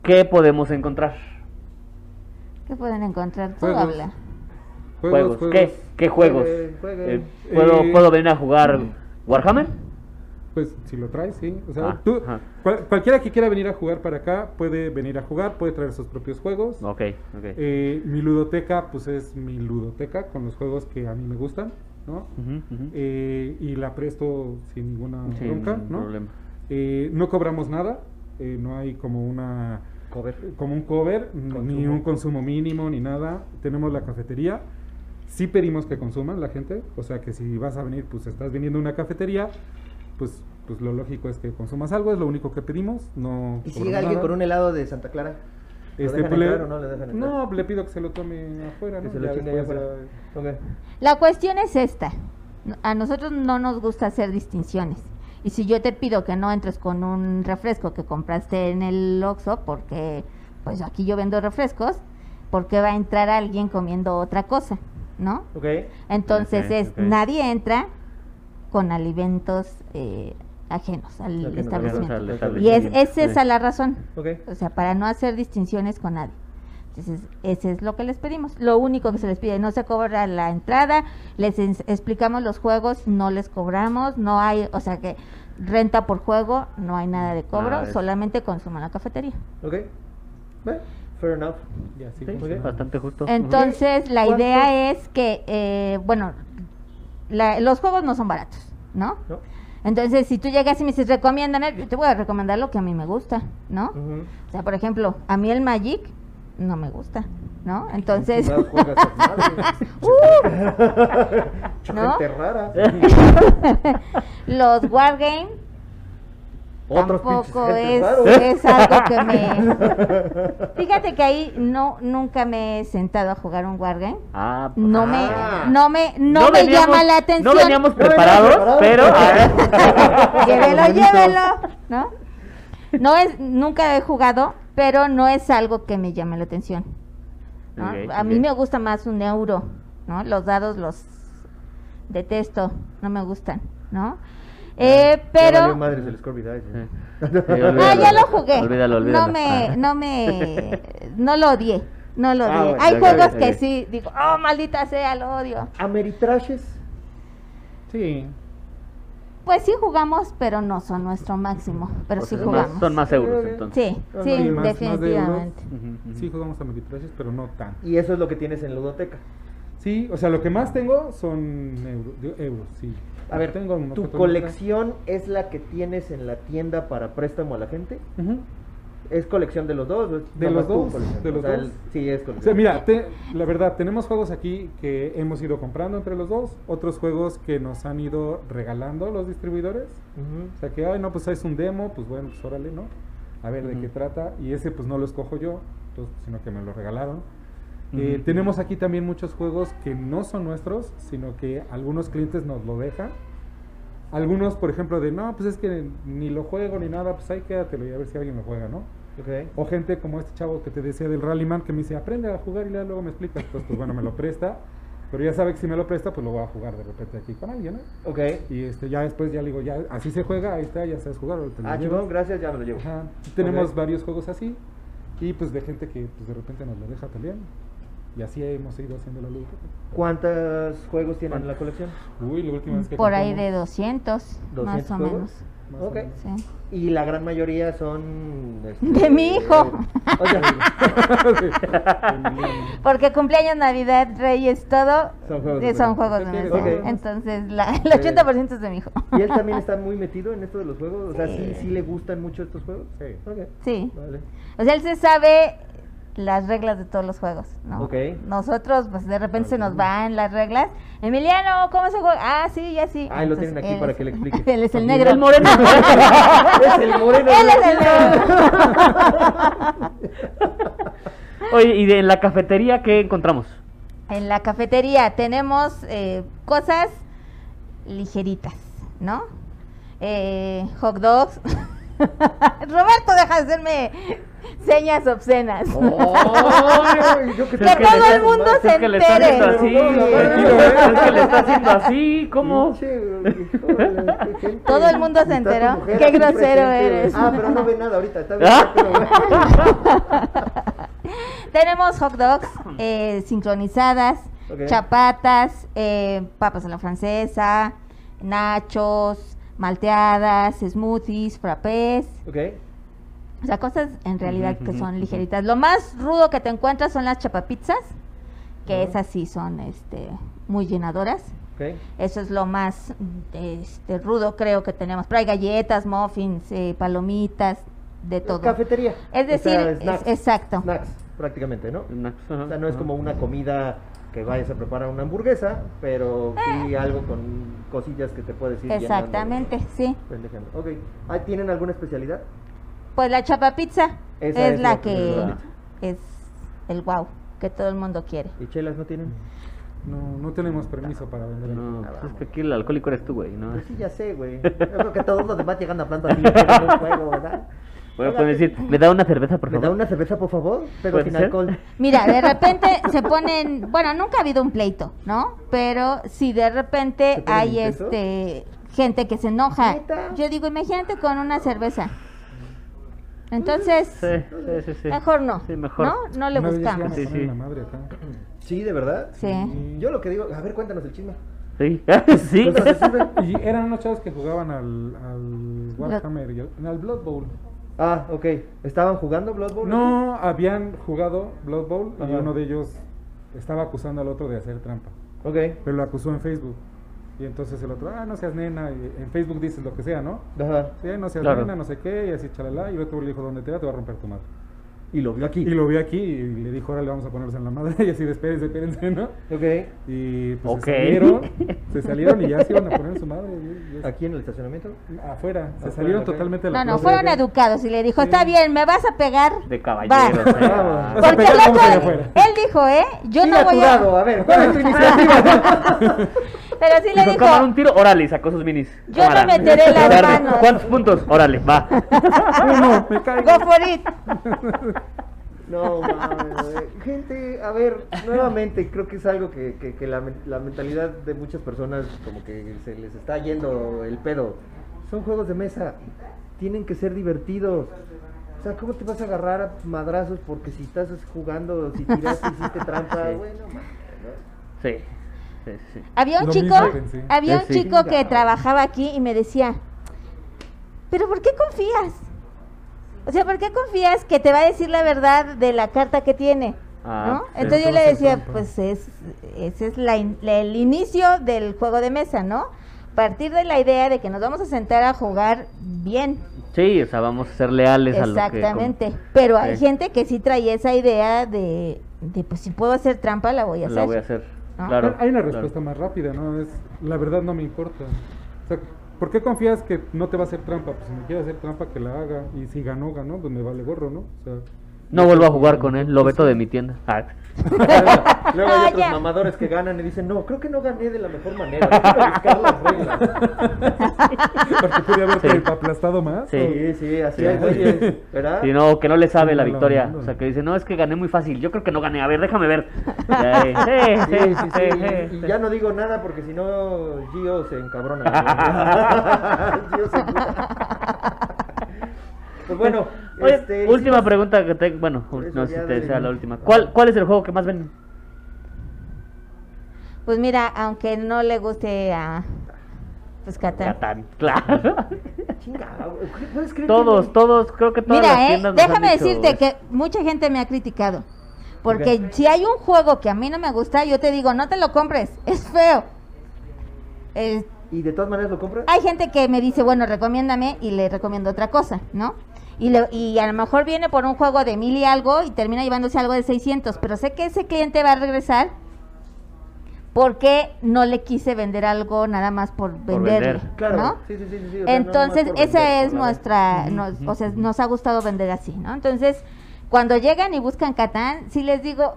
¿qué podemos encontrar? ¿Qué pueden encontrar? Tú Juegos. habla. Juegos. ¿Qué? ¿Qué juegos? Jueguen, jueguen. mm. Eh, ¿puedo, Eh, ¿Puedo venir a jugar Warhammer? Pues si lo traes, sí. O sea, Ah, tú- ajá. cual- cualquiera que quiera venir a jugar para acá puede venir a jugar, puede traer sus propios juegos. Ok, ok. Eh, mi ludoteca, pues es mi ludoteca con los juegos que a mí me gustan, ¿no? Ujú, ujú. Eh, y la presto sin ninguna Sin bronca, ¿no? problema. Eh, no cobramos nada, eh, no hay como una Cover. como un cover, n- ni Consumo. un consumo mínimo, ni nada. Tenemos la cafetería. Sí pedimos que consuman la gente. O sea que si vas a venir, pues estás viniendo a una cafetería, pues, pues lo lógico es que consumas algo, es lo único que pedimos. No ¿Y si cobramos llega alguien nada. con un helado de Santa Clara? ¿Lo Este, dejan pues, le- entrar o no lo dejan entrar? No, pues, le pido que se lo tome afuera, Que ¿no? se lo Ya eh. chingue allá después afuera. ya- Ok. La cuestión es esta. A nosotros no nos gusta hacer distinciones. Y si yo te pido que no entres con un refresco que compraste en el Oxxo, porque pues aquí yo vendo refrescos, porque va a entrar alguien comiendo otra cosa, ¿no? Ok. Entonces Ok, es, ok. nadie entra con alimentos eh, ajenos al Ok, no, establecimiento. al Y es, establecimiento. es Sí. esa la razón. Ok. O sea, para no hacer distinciones con nadie. Entonces, ese es lo que les pedimos. Lo único que se les pide, no se cobra la entrada, les ens- explicamos los juegos, no les cobramos, no hay, o sea que renta por juego, no hay nada de cobro, Nada de eso. solamente consuman la cafetería. Ok. Bueno, fair enough. ya, Sí, sí, muy bien. consuman. Bastante justo. Ujú. Entonces, la ¿Cuánto? idea es que, eh, bueno, la- los juegos no son baratos, ¿no? ¿No? Entonces, si tú llegas y me dices, recomiéndame, yo te voy a recomendar lo que a mí me gusta, ¿no? Ujú. O sea, por ejemplo, a mí el Magic no me gusta, ¿no? Entonces, ¡Uh! Más juegas a madres. Mucha ¿No? gente rara. los Wargame Otros tampoco pinches es, gentes raros. es algo que me... Fíjate que ahí no nunca me he sentado a jugar un Wargame. Ah, pues, No me, ah. no me, no, me veníamos- llama la atención. No veníamos No veníamos preparados, preparados, pero. ah. Ah, llévelo, Bonito. llévelo, ¿no? No es, nunca he jugado, pero no es algo que me llame la atención. ¿no? Ok, a mí ok. me gusta más un euro, ¿no? Los dados los detesto, no me gustan, ¿no? Eh, Ya pero valió madres el Scorpio Dice, ¿no? ah, ya lo jugué. Olvídalo, olvídalo. No me, no me, no lo odié, no lo odié. Ah, bueno, Hay ok, juegos ok. que sí digo, oh maldita sea, lo odio. Ameritrashes. Sí. Pues sí jugamos, pero no son nuestro máximo, pero O sí sea, Pues son más- jugamos. son más euros, Sí, entonces. Sí, Ah, no, sí, y más- más de euros. definitivamente. Ujú, ujú. Sí, jugamos a Meritrashes, pero no tan. Y eso es lo que tienes en Ludoteca. Sí, o sea, lo que más tengo son euro- digo, euros, sí. A ver, tengo uno que ¿tu otro colección es la que tienes en la tienda para préstamo a la gente? extra. Ujú. ¿Es colección de los dos? o es De nomás los tu dos, colección? de O los sea, dos. el- sí, es colección. O sea, mira, te- la verdad, tenemos juegos aquí que hemos ido comprando entre los dos, otros juegos que nos han ido regalando los distribuidores. Ujú. O sea, que, ay, no, pues es un demo, pues bueno, pues órale, ¿no? A ver de Ujú. qué trata. Y ese, pues no lo escojo yo, entonces, pues, sino que me lo regalaron. Eh, Ujú. tenemos aquí también muchos juegos que no son nuestros, sino que algunos clientes nos lo dejan. Algunos, por ejemplo, de no, pues es que ni lo juego ni nada, pues ahí quédatelo y a ver si alguien lo juega, ¿no? Ok. O gente como este chavo que te decía del Rallyman que me dice, aprende a jugar y ya luego me explicas. Pues, pues bueno, me lo presta. Pero ya sabe que si me lo presta, pues lo voy a jugar de repente aquí con alguien, ¿no? Ok. Y este, ya después ya le digo, ya, así se juega, ahí está, ya sabes jugar. ahora te lo Ah, llevas". chingón, gracias, ya me lo llevo. Ajá. Tenemos Ok. varios juegos así. Y pues de gente que pues, de repente nos lo deja también. Y así hemos ido haciendo la luz. ¿Cuántos juegos tienen en la colección? Uy, la última vez que Por ahí de compramos, 200, más 200 o juegos. menos. más o Ok. menos. sí. Y la gran mayoría son... este, De mi hijo. o sea, Porque cumpleaños, Navidad, Reyes, todo Son juegos de eh, son mesa. juegos de Ok, mesa. ok. Entonces, la- el 80% es de mi hijo. ¿Y él también está muy metido en esto de los juegos? O sea, ¿sí, Sí. sí le gustan mucho estos juegos? Sí. Ok. Sí. Vale. O sea, él se sabe las reglas de todos los juegos, ¿no? Ok. Nosotros, pues de repente se nos van las reglas. Emiliano, ¿cómo se juega? Ah, sí, ya sí. Ah, lo tienen aquí él para es- que le explique. Él es el Mira, negro. El moreno. ¡Es el moreno! Él de es el negro. Oye, ¿y de en la cafetería qué encontramos? En la cafetería tenemos eh, cosas ligeritas, ¿no? Eh, hot dogs. Roberto, deja de hacerme señas obscenas. Oh. ¡Ay, yo que Que sé le todo está- el mundo se Es que le está haciendo entere. así. Tranquilo, Es que le está haciendo así. ¿Cómo? Pinche, híjole, qué gente. Todo el mundo se Está tu enteró. mujer Qué aquí grosero presente, güey. eres. Ah, pero no ve nada ahorita. Está bien. Tenemos hot dogs eh, sincronizadas, Ok. chapatas, eh, papas a la francesa, nachos, malteadas, smoothies, frappés. Ok. O sea, cosas en realidad Ujú, que ujú, son ujú. ligeritas. Lo más rudo que te encuentras son las chapapizzas, que Ah. esas sí son este, muy llenadoras. Ok. Eso es lo más mm, este, rudo creo que tenemos. Pero hay galletas, muffins, eh, palomitas, de todo. Cafetería. Es O sea, decir, es- snacks. exacto. Snacks, prácticamente, ¿no? Snacks, ajá, O sea, no es ajá. como una comida que vayas a preparar una hamburguesa, pero sí algo con cosillas que te puedes ir llenando. Eh. Exactamente, sí. Pendejando. Ok. ¿Ah, ¿Tienen alguna especialidad? Pues la chapa pizza es, Esa es la la que chapapizza. es el wow que todo el mundo quiere. ¿Y chelas no tienen? No, no tenemos permiso para vender. No, Ah, pues es que aquí el alcohólico eres tú, güey, ¿no? Pues sí, ya sé, güey. Yo creo que todos los demás llegan hablando así, pero no juego, ¿verdad? Bueno, pueden decir, pues ¿me da una cerveza, por ¿Me da favor? una cerveza, por favor? Pero ¿Puede sin ser? alcohol. Mira, de repente se ponen, bueno, nunca ha habido un pleito, ¿no? Pero si de ¿Se repente ponen hay intensos? este gente que se enoja. ¿Neta? Yo digo, imagínate con una cerveza. Entonces, Sí, sí, sí, sí. mejor no. Sí, mejor. ¿No? No le Una vez ya buscamos. me Sí, ponen sí. la madre acá. Sí, ¿de verdad? Sí. Yo lo que digo... A ver, cuéntanos el chisme. Sí, sí. Cuéntanos el chisme. Y eran unos chavos que jugaban al, al Warhammer y al, al Blood Bowl. Ah, ok. ¿Estaban jugando Blood Bowl? No habían jugado Blood Bowl y Ajá. uno de ellos estaba acusando al otro de hacer trampa. Ok. Pero lo acusó en Facebook. Y entonces el otro, ah, no seas nena. y en Facebook dices lo que sea, ¿no? Ajá. Sí, no seas Claro. nena, no sé qué. Y así, chalala. Y el otro le dijo, donde te va, te va a romper tu madre. Y lo vio aquí. Y lo vi aquí y le dijo, ahora le vamos a ponerse en la madre. Y así, de, espérense, espérense, ¿no? Ok. Y pues Ok. se salieron, se salieron y ya se iban a poner en su madre. y- y- ¿Aquí en el estacionamiento? Afuera, se Afuera, salieron ok. totalmente de No, la no, clase. fueron educados y le dijo, está bien, me vas a pegar. De Va. Pues caballeros. eh. Vamos. Vas a Porque pegar el como otro- allá afuera. él dijo, ¿eh? Yo Tira no a tu voy lado, a ver, ¿cuál es tu iniciativa? Pero sí le Dijo, cámara, un dijo, tiro, órale, y sacó sus minis. Yo no meteré las Órale, manos. ¿Cuántos puntos? Órale, va. Uno, me caigo. go for it. no, mames, güey. gente, a ver, nuevamente, creo que es algo que, que- que la, men- la mentalidad de muchas personas como que se les está yendo el pedo. Son juegos de mesa, tienen que ser divertidos. O sea, ¿cómo te vas a agarrar a madrazos porque si estás jugando, si tiraste, hiciste trampa? Sí. Bueno, mames, Sí, sí, sí. Había un Lo chico, mismo pensé. había Sí, un sí. chico que Chingado. trabajaba aquí y me decía, pero ¿por qué confías? O sea, ¿por qué confías que te va a decir la verdad de la carta que tiene? Ah, ¿No? sí. Entonces yo le Entonces, decía, trampa. pues es, ese es la in- la- el inicio del juego de mesa, ¿no? Partir de la idea de que nos vamos a sentar a jugar bien, Sí, o sea, vamos a ser leales a lo que... com- Exactamente. Pero hay Sí. gente que sí traía esa idea de, de, pues si puedo hacer trampa, la voy a hacer. Lo voy a hacer. ¿No? Claro. Hay una claro. respuesta más rápida, ¿no? Es, la verdad no me importa. O sea, ¿por qué confías que no te va a hacer trampa? Pues si me quiere hacer trampa, que la haga. Y si ganó, ganó, pues me vale gorro, ¿no? O sea, No vuelvo a jugar con él, lo veto de mi tienda. Ah. ¿no? Luego hay Ah, otros ya. mamadores que ganan y dicen, no, creo que no gané de la mejor manera. Quiero buscar las reglas. porque pude haberte Sí. aplastado más. Sí. Sí, sí, así Sí. hay güeyes, ¿verdad? Sí, no, que no le sabe la No, no, victoria. no. O sea, que dice, no, es que gané muy fácil. Yo creo que no gané. A ver, déjame ver. Ay, eh, sí, Sí, sí, sí. sí, Y sí. ya no digo nada porque si no Gio se encabrona. Gio se emputa. Pues bueno, Oye, este, última hicimos- pregunta que tengo. Bueno, Por ul- eso no sé ya si te dale. sea la última. ¿Cuál, ¿Cuál es el juego que más venden? Pues mira, aunque no le guste a pues Catán. Catán, claro. Chinga, güey, ¿puedes creer que todos, no? todos, creo que todas las Mira, eh, tiendas nos han déjame dicho decirte eso. que mucha gente me ha criticado. Porque si hay un juego que a mí no me gusta, yo te digo, no te lo compres, es feo. Eh, ¿Y de todas maneras lo compras? hay gente que me dice, bueno, recomiéndame y le recomiendo otra cosa, ¿no? Y, lo- y a lo mejor viene por un juego de mil y algo y termina llevándose algo de 600, pero sé que ese cliente va a regresar porque no le quise vender algo nada más por venderle, vender. Claro. ¿no? Sí, sí, sí, sí, sí, o sea, no nomás Entonces, por esa vender, es por la nuestra, nos, o sea, nos ha gustado vender así, ¿no? Entonces, cuando llegan y buscan Catán, sí les digo,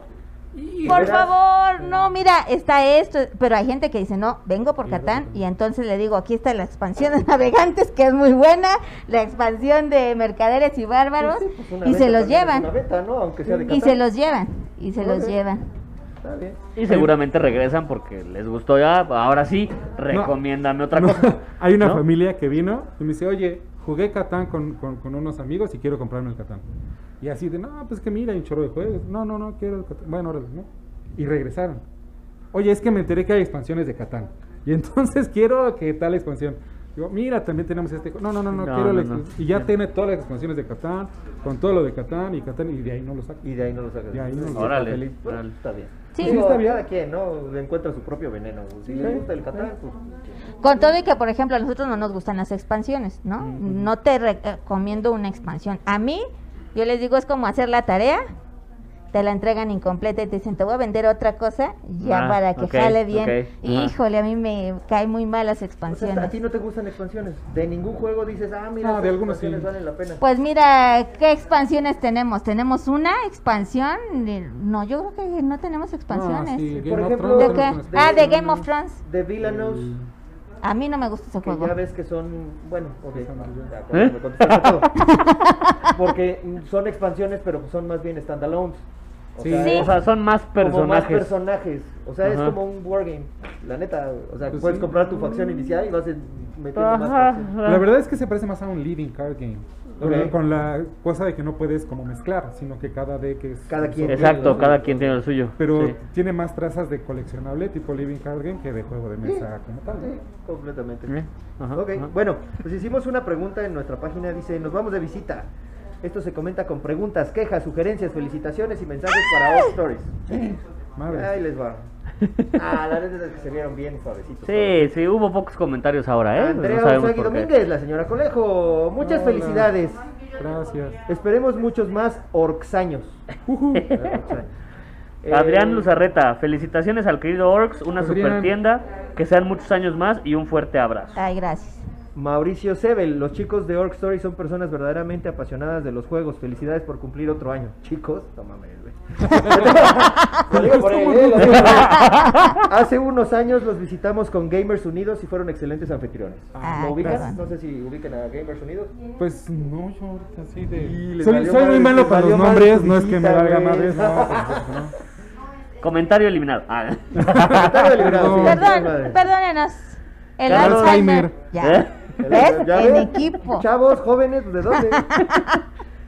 por veras? favor, no, mira, está esto, pero hay gente que dice, no, vengo por Sí, vengo Catán por y entonces le digo, aquí está la expansión de navegantes, que es muy buena, la expansión de mercaderes y bárbaros, Pues sí, pues una y venta se los también es llevan, una venta, ¿no? Aunque sea de y Catán. se los llevan, y se los Ok. llevan. Está bien. Y seguramente regresan porque les gustó ya. Ahora sí, recomiéndame otra No, cosa. hay una ¿No? familia que vino y me dice, oye, jugué Catán con, con- con unos amigos y quiero comprarme el Catán. Y así de, no, pues que mira, hay un chorro de juegos. No, no, no, quiero el Catán. Bueno, órale, ¿no? Y regresaron. oye, es que me enteré que hay expansiones de Catán. Y entonces quiero que tal expansión. Digo, mira, también tenemos este. No, no, no, no, No, quiero la no, no. expans- Y ya Ya. tiene todas las expansiones de Catán, con todo lo de Catán y Catán, y de ahí no lo saco. Y de ahí no lo sacas. Pues, De ahí no lo sacas. Órale, feliz. órale. Está bien. Sí. Digo, Sí, está bien. Cada quien, ¿no? Le encuentra su propio veneno. Si le gusta el Catán, pues. Con todo y que, por ejemplo, a nosotros no nos gustan las expansiones, ¿no? No te re- eh, recomiendo una expansión. A mí, yo les digo, es como hacer la tarea, te la entregan incompleta y te dicen, te voy a vender otra cosa, ya Ah, para que ok, jale bien. ok, ajá. Híjole, a mí me caen muy mal las O sea, pues, a expansiones. ti no te gustan expansiones. De ningún juego dices, ah, mira, Ah, esas de algunos expansiones sí. valen la pena. Pues mira, ¿qué expansiones tenemos? ¿Tenemos una expansión? No, yo creo que no tenemos expansiones. Ah, sí, Por Game of ejemplo, Thrones ¿De no qué? tenemos conozco. una Ah, de expansión. Game of Thrones. De Villanos, eh, A mí no me gusta ese que juego. ya ves que son. Bueno, ok. Esa maravilla. ya, con- me contestaste todo. Porque mm, son expansiones, pero son más bien standalones. O Sí. sea, Sí. es O sea, son más Como más personajes. personajes. O sea, es Ajá. como un wargame. La neta, o sea, Pues puedes sí. comprar tu facción inicial y vas en- metiendo más Ajá, facciones. ajá. La verdad es que se parece más a un leading card game. Con la- Ok. Con la cosa de que no puedes como mezclar, sino que cada deck es. Cada quien. Exacto, Sí. cada quien tiene lo suyo. Pero sí. tiene más trazas de coleccionable tipo living card game que de juego de mesa como tal. Sí, completamente. Bien, ajá, Ok, ajá. bueno, pues hicimos una pregunta en nuestra página, dice, nos vamos de visita. Esto se comenta con preguntas, quejas, sugerencias, felicitaciones y mensajes para All Stories. Madre. Ahí les va. Ah, la neta es que se vieron bien suavecitos. Sí, sí, hubo pocos comentarios ahora, ¿eh? Andrea sabemos Usagi por qué. Domínguez, la señora Conejo. Muchas Hola. felicidades. Gracias. Esperemos muchos más orxaños. Eh, Adrián Luzarreta, felicitaciones al querido Orcs, una Adrián. super tienda, que sean muchos años más y un fuerte abrazo. Ay, gracias. Mauricio Sebel, los chicos de Orc Story son personas verdaderamente apasionadas de los juegos. Felicidades por cumplir otro año. Chicos, tómame, güey. Lo digo por él, ¿eh? Lo digo por él. Hace unos años los visitamos con Gamers Unidos y fueron excelentes anfitriones. Ah, ¿Lo ubican? perdón. No sé si ubican a Gamers Unidos. Pues no, yo ahorita así Y de. les Soy, valió soy madre, muy malo les para los valió madre nombres, su no es que me visita, valga güey. madres. No, pues, no. Comentario eliminado. Ah. Está deliberado, sí, sí, madre. Perdón, perdónenos. El Carlos Alzheimer. Alzheimer. Ya. ¿Eh? ¿Ves? ¿Ya En ven? equipo. Chavos, jóvenes, ¿de dónde?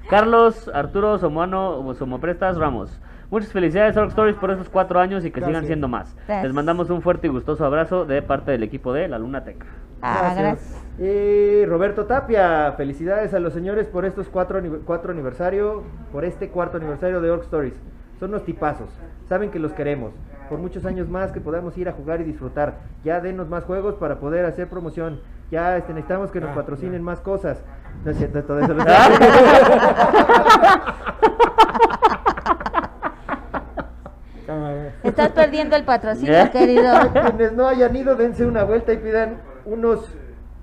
Carlos Arturo Somoano Somoprestas Ramos. Muchas felicidades Orc Stories por esos cuatro años y que Gracias. sigan siendo más. Gracias. Les mandamos un fuerte y gustoso abrazo de parte del equipo de La Luna Tech. Ah, Gracias. gracias. Y Roberto Tapia, felicidades a los señores por estos cuatro, anive- cuatro aniversario, por este cuarto aniversario de Orc Stories. Son unos tipazos, saben que los queremos. Por muchos años más que podamos ir a jugar y disfrutar. Ya denos más juegos para poder hacer promoción. Ya este, necesitamos que nos Ah, patrocinen ya. más cosas. No es cierto, todo eso lo- Cámara. Estás perdiendo el patrocinio, ¿Eh? querido. Quienes no hayan ido, dense una vuelta y pidan unos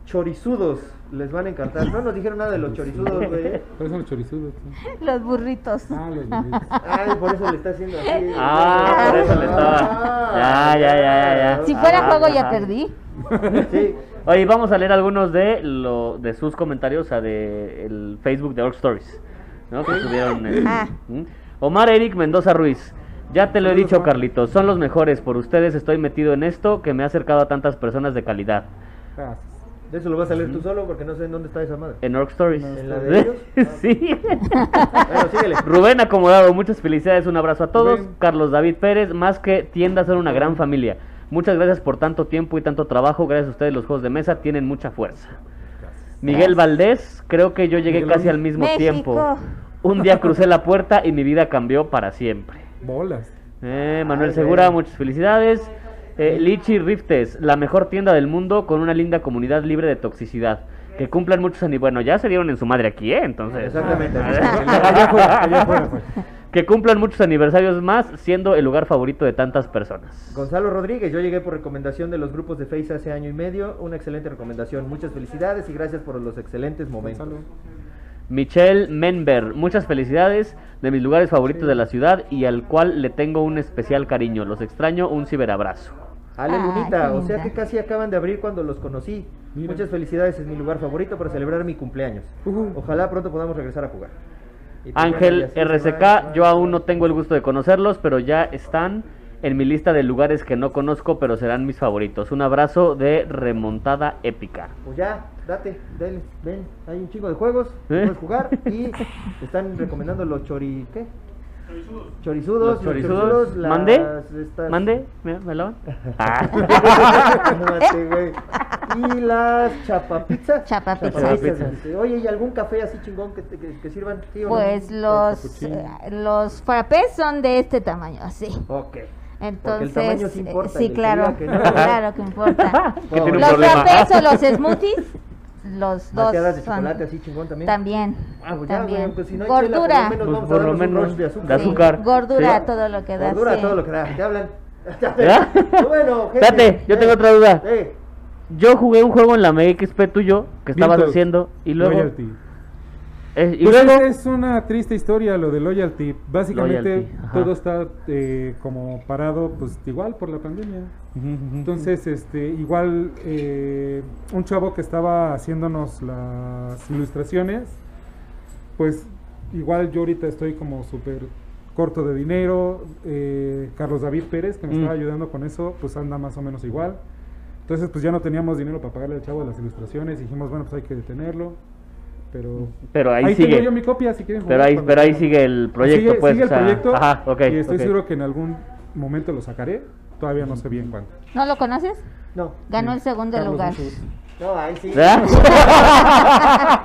chorizudos. Les van a encantar. No nos dijeron nada de los chorizudos, güey. Pero son los chorizudos. sí. Los burritos. Ah, los bebés. Ay, por eso le está haciendo así. Ah. Ah, por eso le estaba. Ya, ya, ya, ya, ya. Si fuera Ah, juego ya ajá. perdí. Sí. Oye, vamos a leer algunos de lo, de sus comentarios, o sea, de el Facebook de Orc Stories, ¿no? Que subieron el- Ah. ¿Mm? Omar Eric Mendoza Ruiz. Ya te lo he Saludos, dicho, Omar. Carlitos, son los mejores. Por ustedes estoy metido en esto que me ha acercado a tantas personas de calidad. Gracias. De eso lo vas a leer tú solo porque no sé en dónde está esa madre. En Orc Stories. ¿En la de ellos? Ah. sí. Bueno, síguele. Rubén acomodado, muchas felicidades, un abrazo a todos. Rubén. Carlos David Pérez, más que tiendas son una gran familia. Muchas gracias por tanto tiempo y tanto trabajo. Gracias a ustedes los juegos de mesa tienen mucha fuerza. Miguel Valdés, creo que yo llegué Miguel casi Valdés. al mismo México. tiempo. Un día crucé la puerta y mi vida cambió para siempre. Bolas. Eh, Manuel Ay, Segura, güey. muchas felicidades. Eh, Lichi Riftes, la mejor tienda del mundo con una linda comunidad libre de toxicidad. Que cumplan muchos años. Bueno, ya se dieron en su madre aquí, ¿eh? Entonces. Exactamente. Allá fuera, allá fuera, pues. fue. Que cumplan muchos aniversarios más, siendo el lugar favorito de tantas personas. Gonzalo Rodríguez, yo llegué por recomendación de los grupos de Face hace año y medio. Una excelente recomendación. Muchas felicidades y gracias por los excelentes momentos. Gonzalo. Michelle Menber, muchas felicidades de mis lugares favoritos de la ciudad y al cual le tengo un especial cariño. Los extraño, un ciberabrazo. Ale Ay, Lunita, qué o sea linda. que casi acaban de abrir cuando los conocí. Mira. Muchas felicidades, es mi lugar favorito para celebrar mi cumpleaños. Ujú. Ojalá pronto podamos regresar a jugar. Y pues, bueno, y Ángel así se va, se va, RCK, yo se aún va. no tengo el gusto de conocerlos, pero ya están en mi lista de lugares que no conozco, pero serán mis favoritos. Un abrazo de remontada épica. Pues ya, date, dale, ven, hay un chingo de juegos, ¿Eh? puedes jugar y te están recomendando los chori... ¿qué? Chorizudos, los Los chorizudos. las- ¿Mande? estas- ¿Mande? ¿Me, Ah. me lavan? Cálmate, güey. Y las chapapizzas. Chapapizzas. dice. Oye, ¿y algún café así chingón que, te- que, que sirvan? ¿Sí o no? Pues los, capuchino. eh, los frappés son de este tamaño, así. Ok. Entonces, tamaño sí eh, importa, sí, el que claro, diga que no. claro que importa. que tiene un los problema. frappés o los smoothies, los dos Mateadas de son- chocolate así chingón también. también, Ah, pues ya, también. güey, pues si no hay chela, por gordura, lo menos Pues vamos por a lo darnos un menos rush de azúcar. de sí, azúcar. gordura Sí. todo lo que da. Gordura, sí. todo lo que da. Te hablan. ¿Ya? Bueno, gente. Espérate, yo tengo otra duda. Eh, Yo jugué un juego en la MXP tuyo que estabas Virtual haciendo y luego. Loyalty. eh, y Pues luego. este es es una triste historia lo de Loyalty. Básicamente Loyalty, ajá. todo está eh, como parado, pues igual por la pandemia. Entonces, este, igual eh, un chavo que estaba haciéndonos las ilustraciones, pues igual yo ahorita estoy como súper corto de dinero. eh, Carlos David Pérez, que me Mm. estaba ayudando con eso, pues anda más o menos igual. Entonces, pues ya no teníamos dinero para pagarle al chavo las ilustraciones. Dijimos, bueno, pues hay que detenerlo. Pero Pero ahí, ahí tengo sigue. yo mi copia si quieren Pero jugar ahí, cuando pero ahí quieran. sigue el proyecto, Sigue- pues. sigue el o sea, proyecto Ajá, ok. y estoy ok. seguro que en algún momento lo sacaré todavía no sé bien cuándo ¿No lo conoces? no. Ganó el segundo Carlos lugar. Muchus. No, ahí sí. ¿Verdad?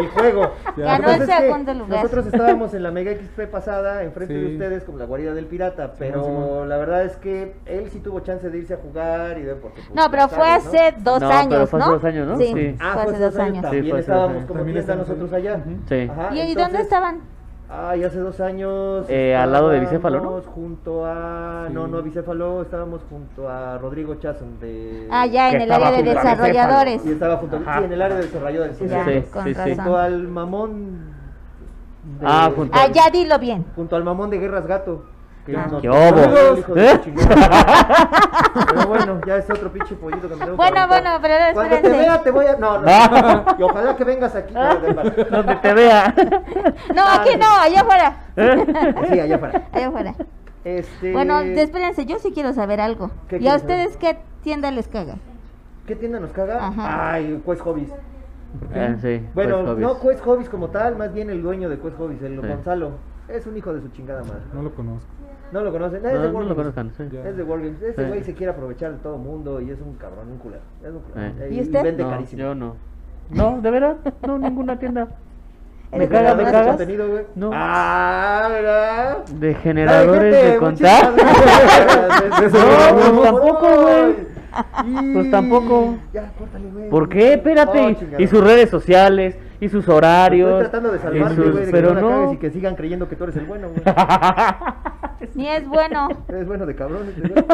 el juego. Ya. La Ganó cosa el es que segundo lugar. Nosotros estábamos en la Mega XP pasada, enfrente de Sí. ustedes, como la guarida del pirata, pero Simón. la verdad es que él sí tuvo chance de irse a jugar y de porque, pues, No, ya pero fue sabes, ¿no? hace dos No, pero años, fue ¿no? hace dos años, ¿no? Sí, Sí. Ah, fue hace dos años. También Sí, fue hace dos estábamos años. como También 10 a estábamos nosotros ahí. allá. Ujú. Sí. Ajá, ¿Y, y Ah, entonces- dónde estaban? Ay, Ah, hace dos años. Eh, al lado de Bicéfalo, ¿no? estábamos Junto a. Sí. No, no, Bicéfalo, estábamos junto a Rodrigo Chazon de. Ah, ya, Que en el estaba área de junto a Bicéfalo. desarrolladores. Y estaba junto Ajá. sí, en el área de desarrolladores. sí, Ya, sí. Sí, con sí, sí. Junto razón. al mamón. de- Ah, junto Ah, ya dilo bien. junto al mamón de Guerras Gato. Que Ah. nos- ¡Qué obo! Saludos, hijo de ¿Eh? su chingada. Pero bueno, ya es otro pinche pollito que me tengo que Bueno, aventar. bueno, pero Cuando te espérense. vea te voy a... No, no. y ojalá que vengas aquí. No, no, no. Donde te vea. No, aquí no, allá afuera. Sí, allá para. Allá afuera. Este... Bueno, espérense, yo sí quiero saber algo. ¿Qué ¿Y a quieres saber? ustedes qué tienda les caga? ¿Qué tienda nos caga? Ajá. Ay, Quest Hobbies. Eh, sí, Bueno, pues, no hobbies. Quest Hobbies como tal, más bien el dueño de Quest Hobbies, el Sí. Gonzalo. Es un hijo de su chingada madre. no lo conozco No lo conocen. Ah, No, es de no lo Wargames. conozcan, sí. Ya. Es de Wargames. Ese Sí. güey se quiere aprovechar de todo mundo y es un cabrón, un culero. Es un culero. Eh. ¿Y usted? vende No, carísimo. yo no. No, de verdad, no, ninguna tienda. Me ¿Eres caga, me ¿Generadores de cagas. contenido, güey? No. Ah, ¿verdad? De generadores Ay, gente, de contar. muchas gracias. De eso No, no, pues no, tampoco, no. güey. Y- Pues tampoco. Ya, córtale, güey. ¿Por qué? Oh, Espérate. chingada. y sus redes sociales, y sus horarios. Estoy tratando de y salvarte, sus- güey, de pero que no, la cagues no. y que sigan creyendo que tú eres el bueno, güey. Ni es bueno. Eres bueno de cabrón. este güey.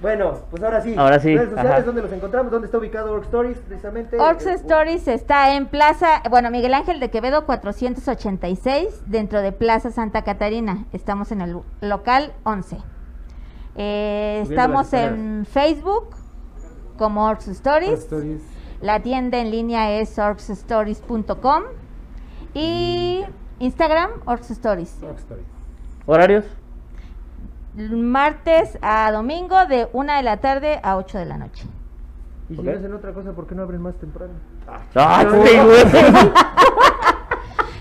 bueno, pues ahora sí. Ahora sí, Redes sociales, ajá. ¿dónde los encontramos? ¿Dónde está ubicado Org Stories? Precisamente. Orcs Eh, Stories está en Plaza, bueno, Miguel Ángel de Quevedo 486, dentro de Plaza Santa Catarina. Estamos en el lu- local 11. Eh, Subiendo estamos las en Facebook como Orcs Stories. Stories. La tienda en línea es orcsstories.com y Mm. Instagram Orcs Stories. Rock Stories. ¿Horarios? Martes a domingo de 1 de la tarde a 8 de la noche. Y si Ok. no hacen otra cosa, ¿por qué no abren más temprano? ¡Ah, no. sí, güey!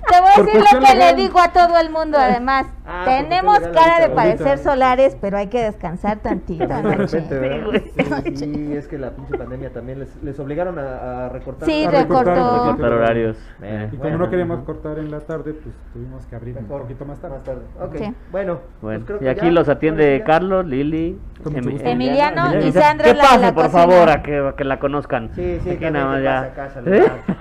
Te voy a Por decir lo cuestión que legal. le digo a todo el mundo, además. Ah, por Tenemos cuestión legal, cara de ahorita, parecer ahorita. solares, pero hay que descansar tantito. También de ¿no, Che? repente, ¿verdad? Sí, sí, es que la pinche pandemia también les, les obligaron a, a recortar. Sí, Ah, recortar, recortó. Recortar horarios. Bueno. Eh. y como Bueno. no queríamos cortar en la tarde pues tuvimos que abrir mejor. un poquito más tarde, Más tarde. Ok, Sí. bueno. pues Bueno, creo y que aquí ya. los atiende Ahora sí ya. Carlos, Lili, Con mucho gusto. Emiliano y Emiliano. Sandra, ¿Qué la de pasa, la por cocina? favor, a que, a que la conozcan? Sí, sí, Aquí también nada más te ya. pasa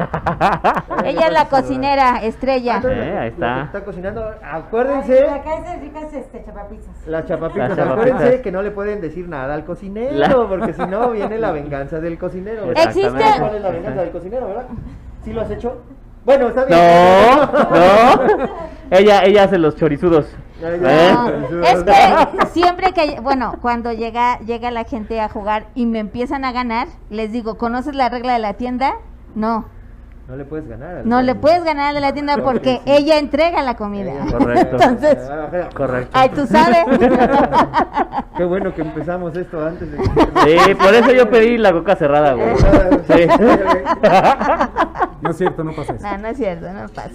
acá, ¿Eh? saludar. Ella es la cocinera estrella. Entonces, Eh, lo- ahí lo está. que Está cocinando. Acuérdense. es ricas este, chapapizzas. Las chapapitas, Las chapapitas. acuérdense que no le pueden decir nada al cocinero, La- porque si no viene la venganza del cocinero. ¿verdad? Existe- ¿Sabes ¿Cuál es la venganza del cocinero, verdad? ¿Sí lo has hecho? Bueno, está bien. No, no. Ella, ella hace los chorizudos. Ay, ¿Eh? No, es que siempre que, bueno, cuando llega, llega la gente a jugar y me empiezan a ganar, les digo, ¿conoces la regla de la tienda? No, No le puedes ganar. al- no le puedes ganar de la tienda porque ella entrega la comida. Eh, Correcto. Entonces, Ah, Correcto. ay, tú sabes. Qué bueno que empezamos esto antes de... Sí, por eso yo pedí la coca cerrada, güey. Ah, Sí. no es cierto no pasa eso No, no es cierto, no pasa.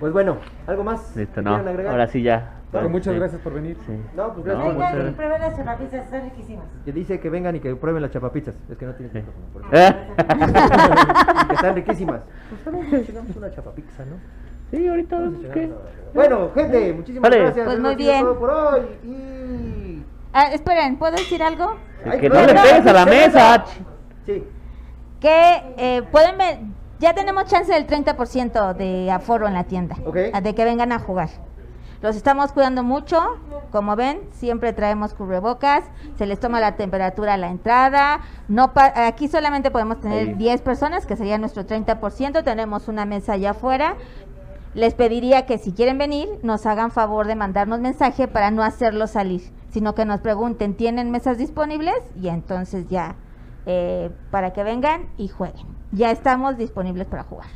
Pues bueno, ¿algo más? Listo, que no. quieran agregar? Ahora sí ya. Pero Pues muchas Sí. gracias por venir. Sí. No, pues No, eh. gracias. muchas Vengan y gracias. prueben las chapapizzas, están riquísimas. Que dice que vengan y que prueben las chapapizzas. Es que no tienes Sí. micrófono. por eso. ¿Eh? que están riquísimas. Pues también nos chingamos una chapapizza, ¿no? Sí, ahorita vemos qué. Bueno, gente, muchísimas Vale. gracias. Pues Eso muy ha sido bien. todo por hoy. Y... pues, Ah, esperen, ¿puedo decir algo? Ay, que no le pegues a la mesa. ch- Sí. Que eh, pueden ver, ya tenemos chance del 30% de aforo en la tienda, Ok. ah, de que vengan a jugar. Los estamos cuidando mucho, como ven, siempre traemos cubrebocas, se les toma la temperatura a la entrada, no pa- aquí solamente podemos tener Ahí. 10 personas, que sería nuestro 30%, tenemos una mesa allá afuera. Les pediría que si quieren venir, nos hagan favor de mandarnos mensaje para no hacerlos salir, sino que nos pregunten, ¿tienen mesas disponibles? Y entonces ya, eh, para que vengan y jueguen. Ya estamos disponibles para jugar.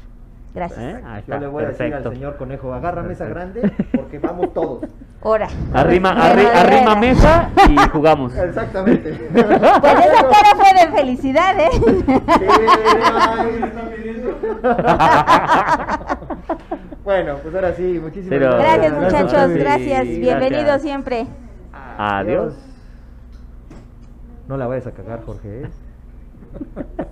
Gracias. ¿Eh? Ahí Yo está, le voy a decir perfecto. al señor conejo, agárrame esa Perfecto. grande porque vamos todos. Ahora. Arrima, Pero arri- de arrima veras. mesa y jugamos. Exactamente. Pues esa cara fue de felicidad, ¿eh? bueno, pues ahora sí, muchísimas Pero- Gracias, Gracias, muchachos. sí, Gracias. gracias. Bienvenidos siempre. Adiós. No la vayas a cagar, Jorge. ¿eh?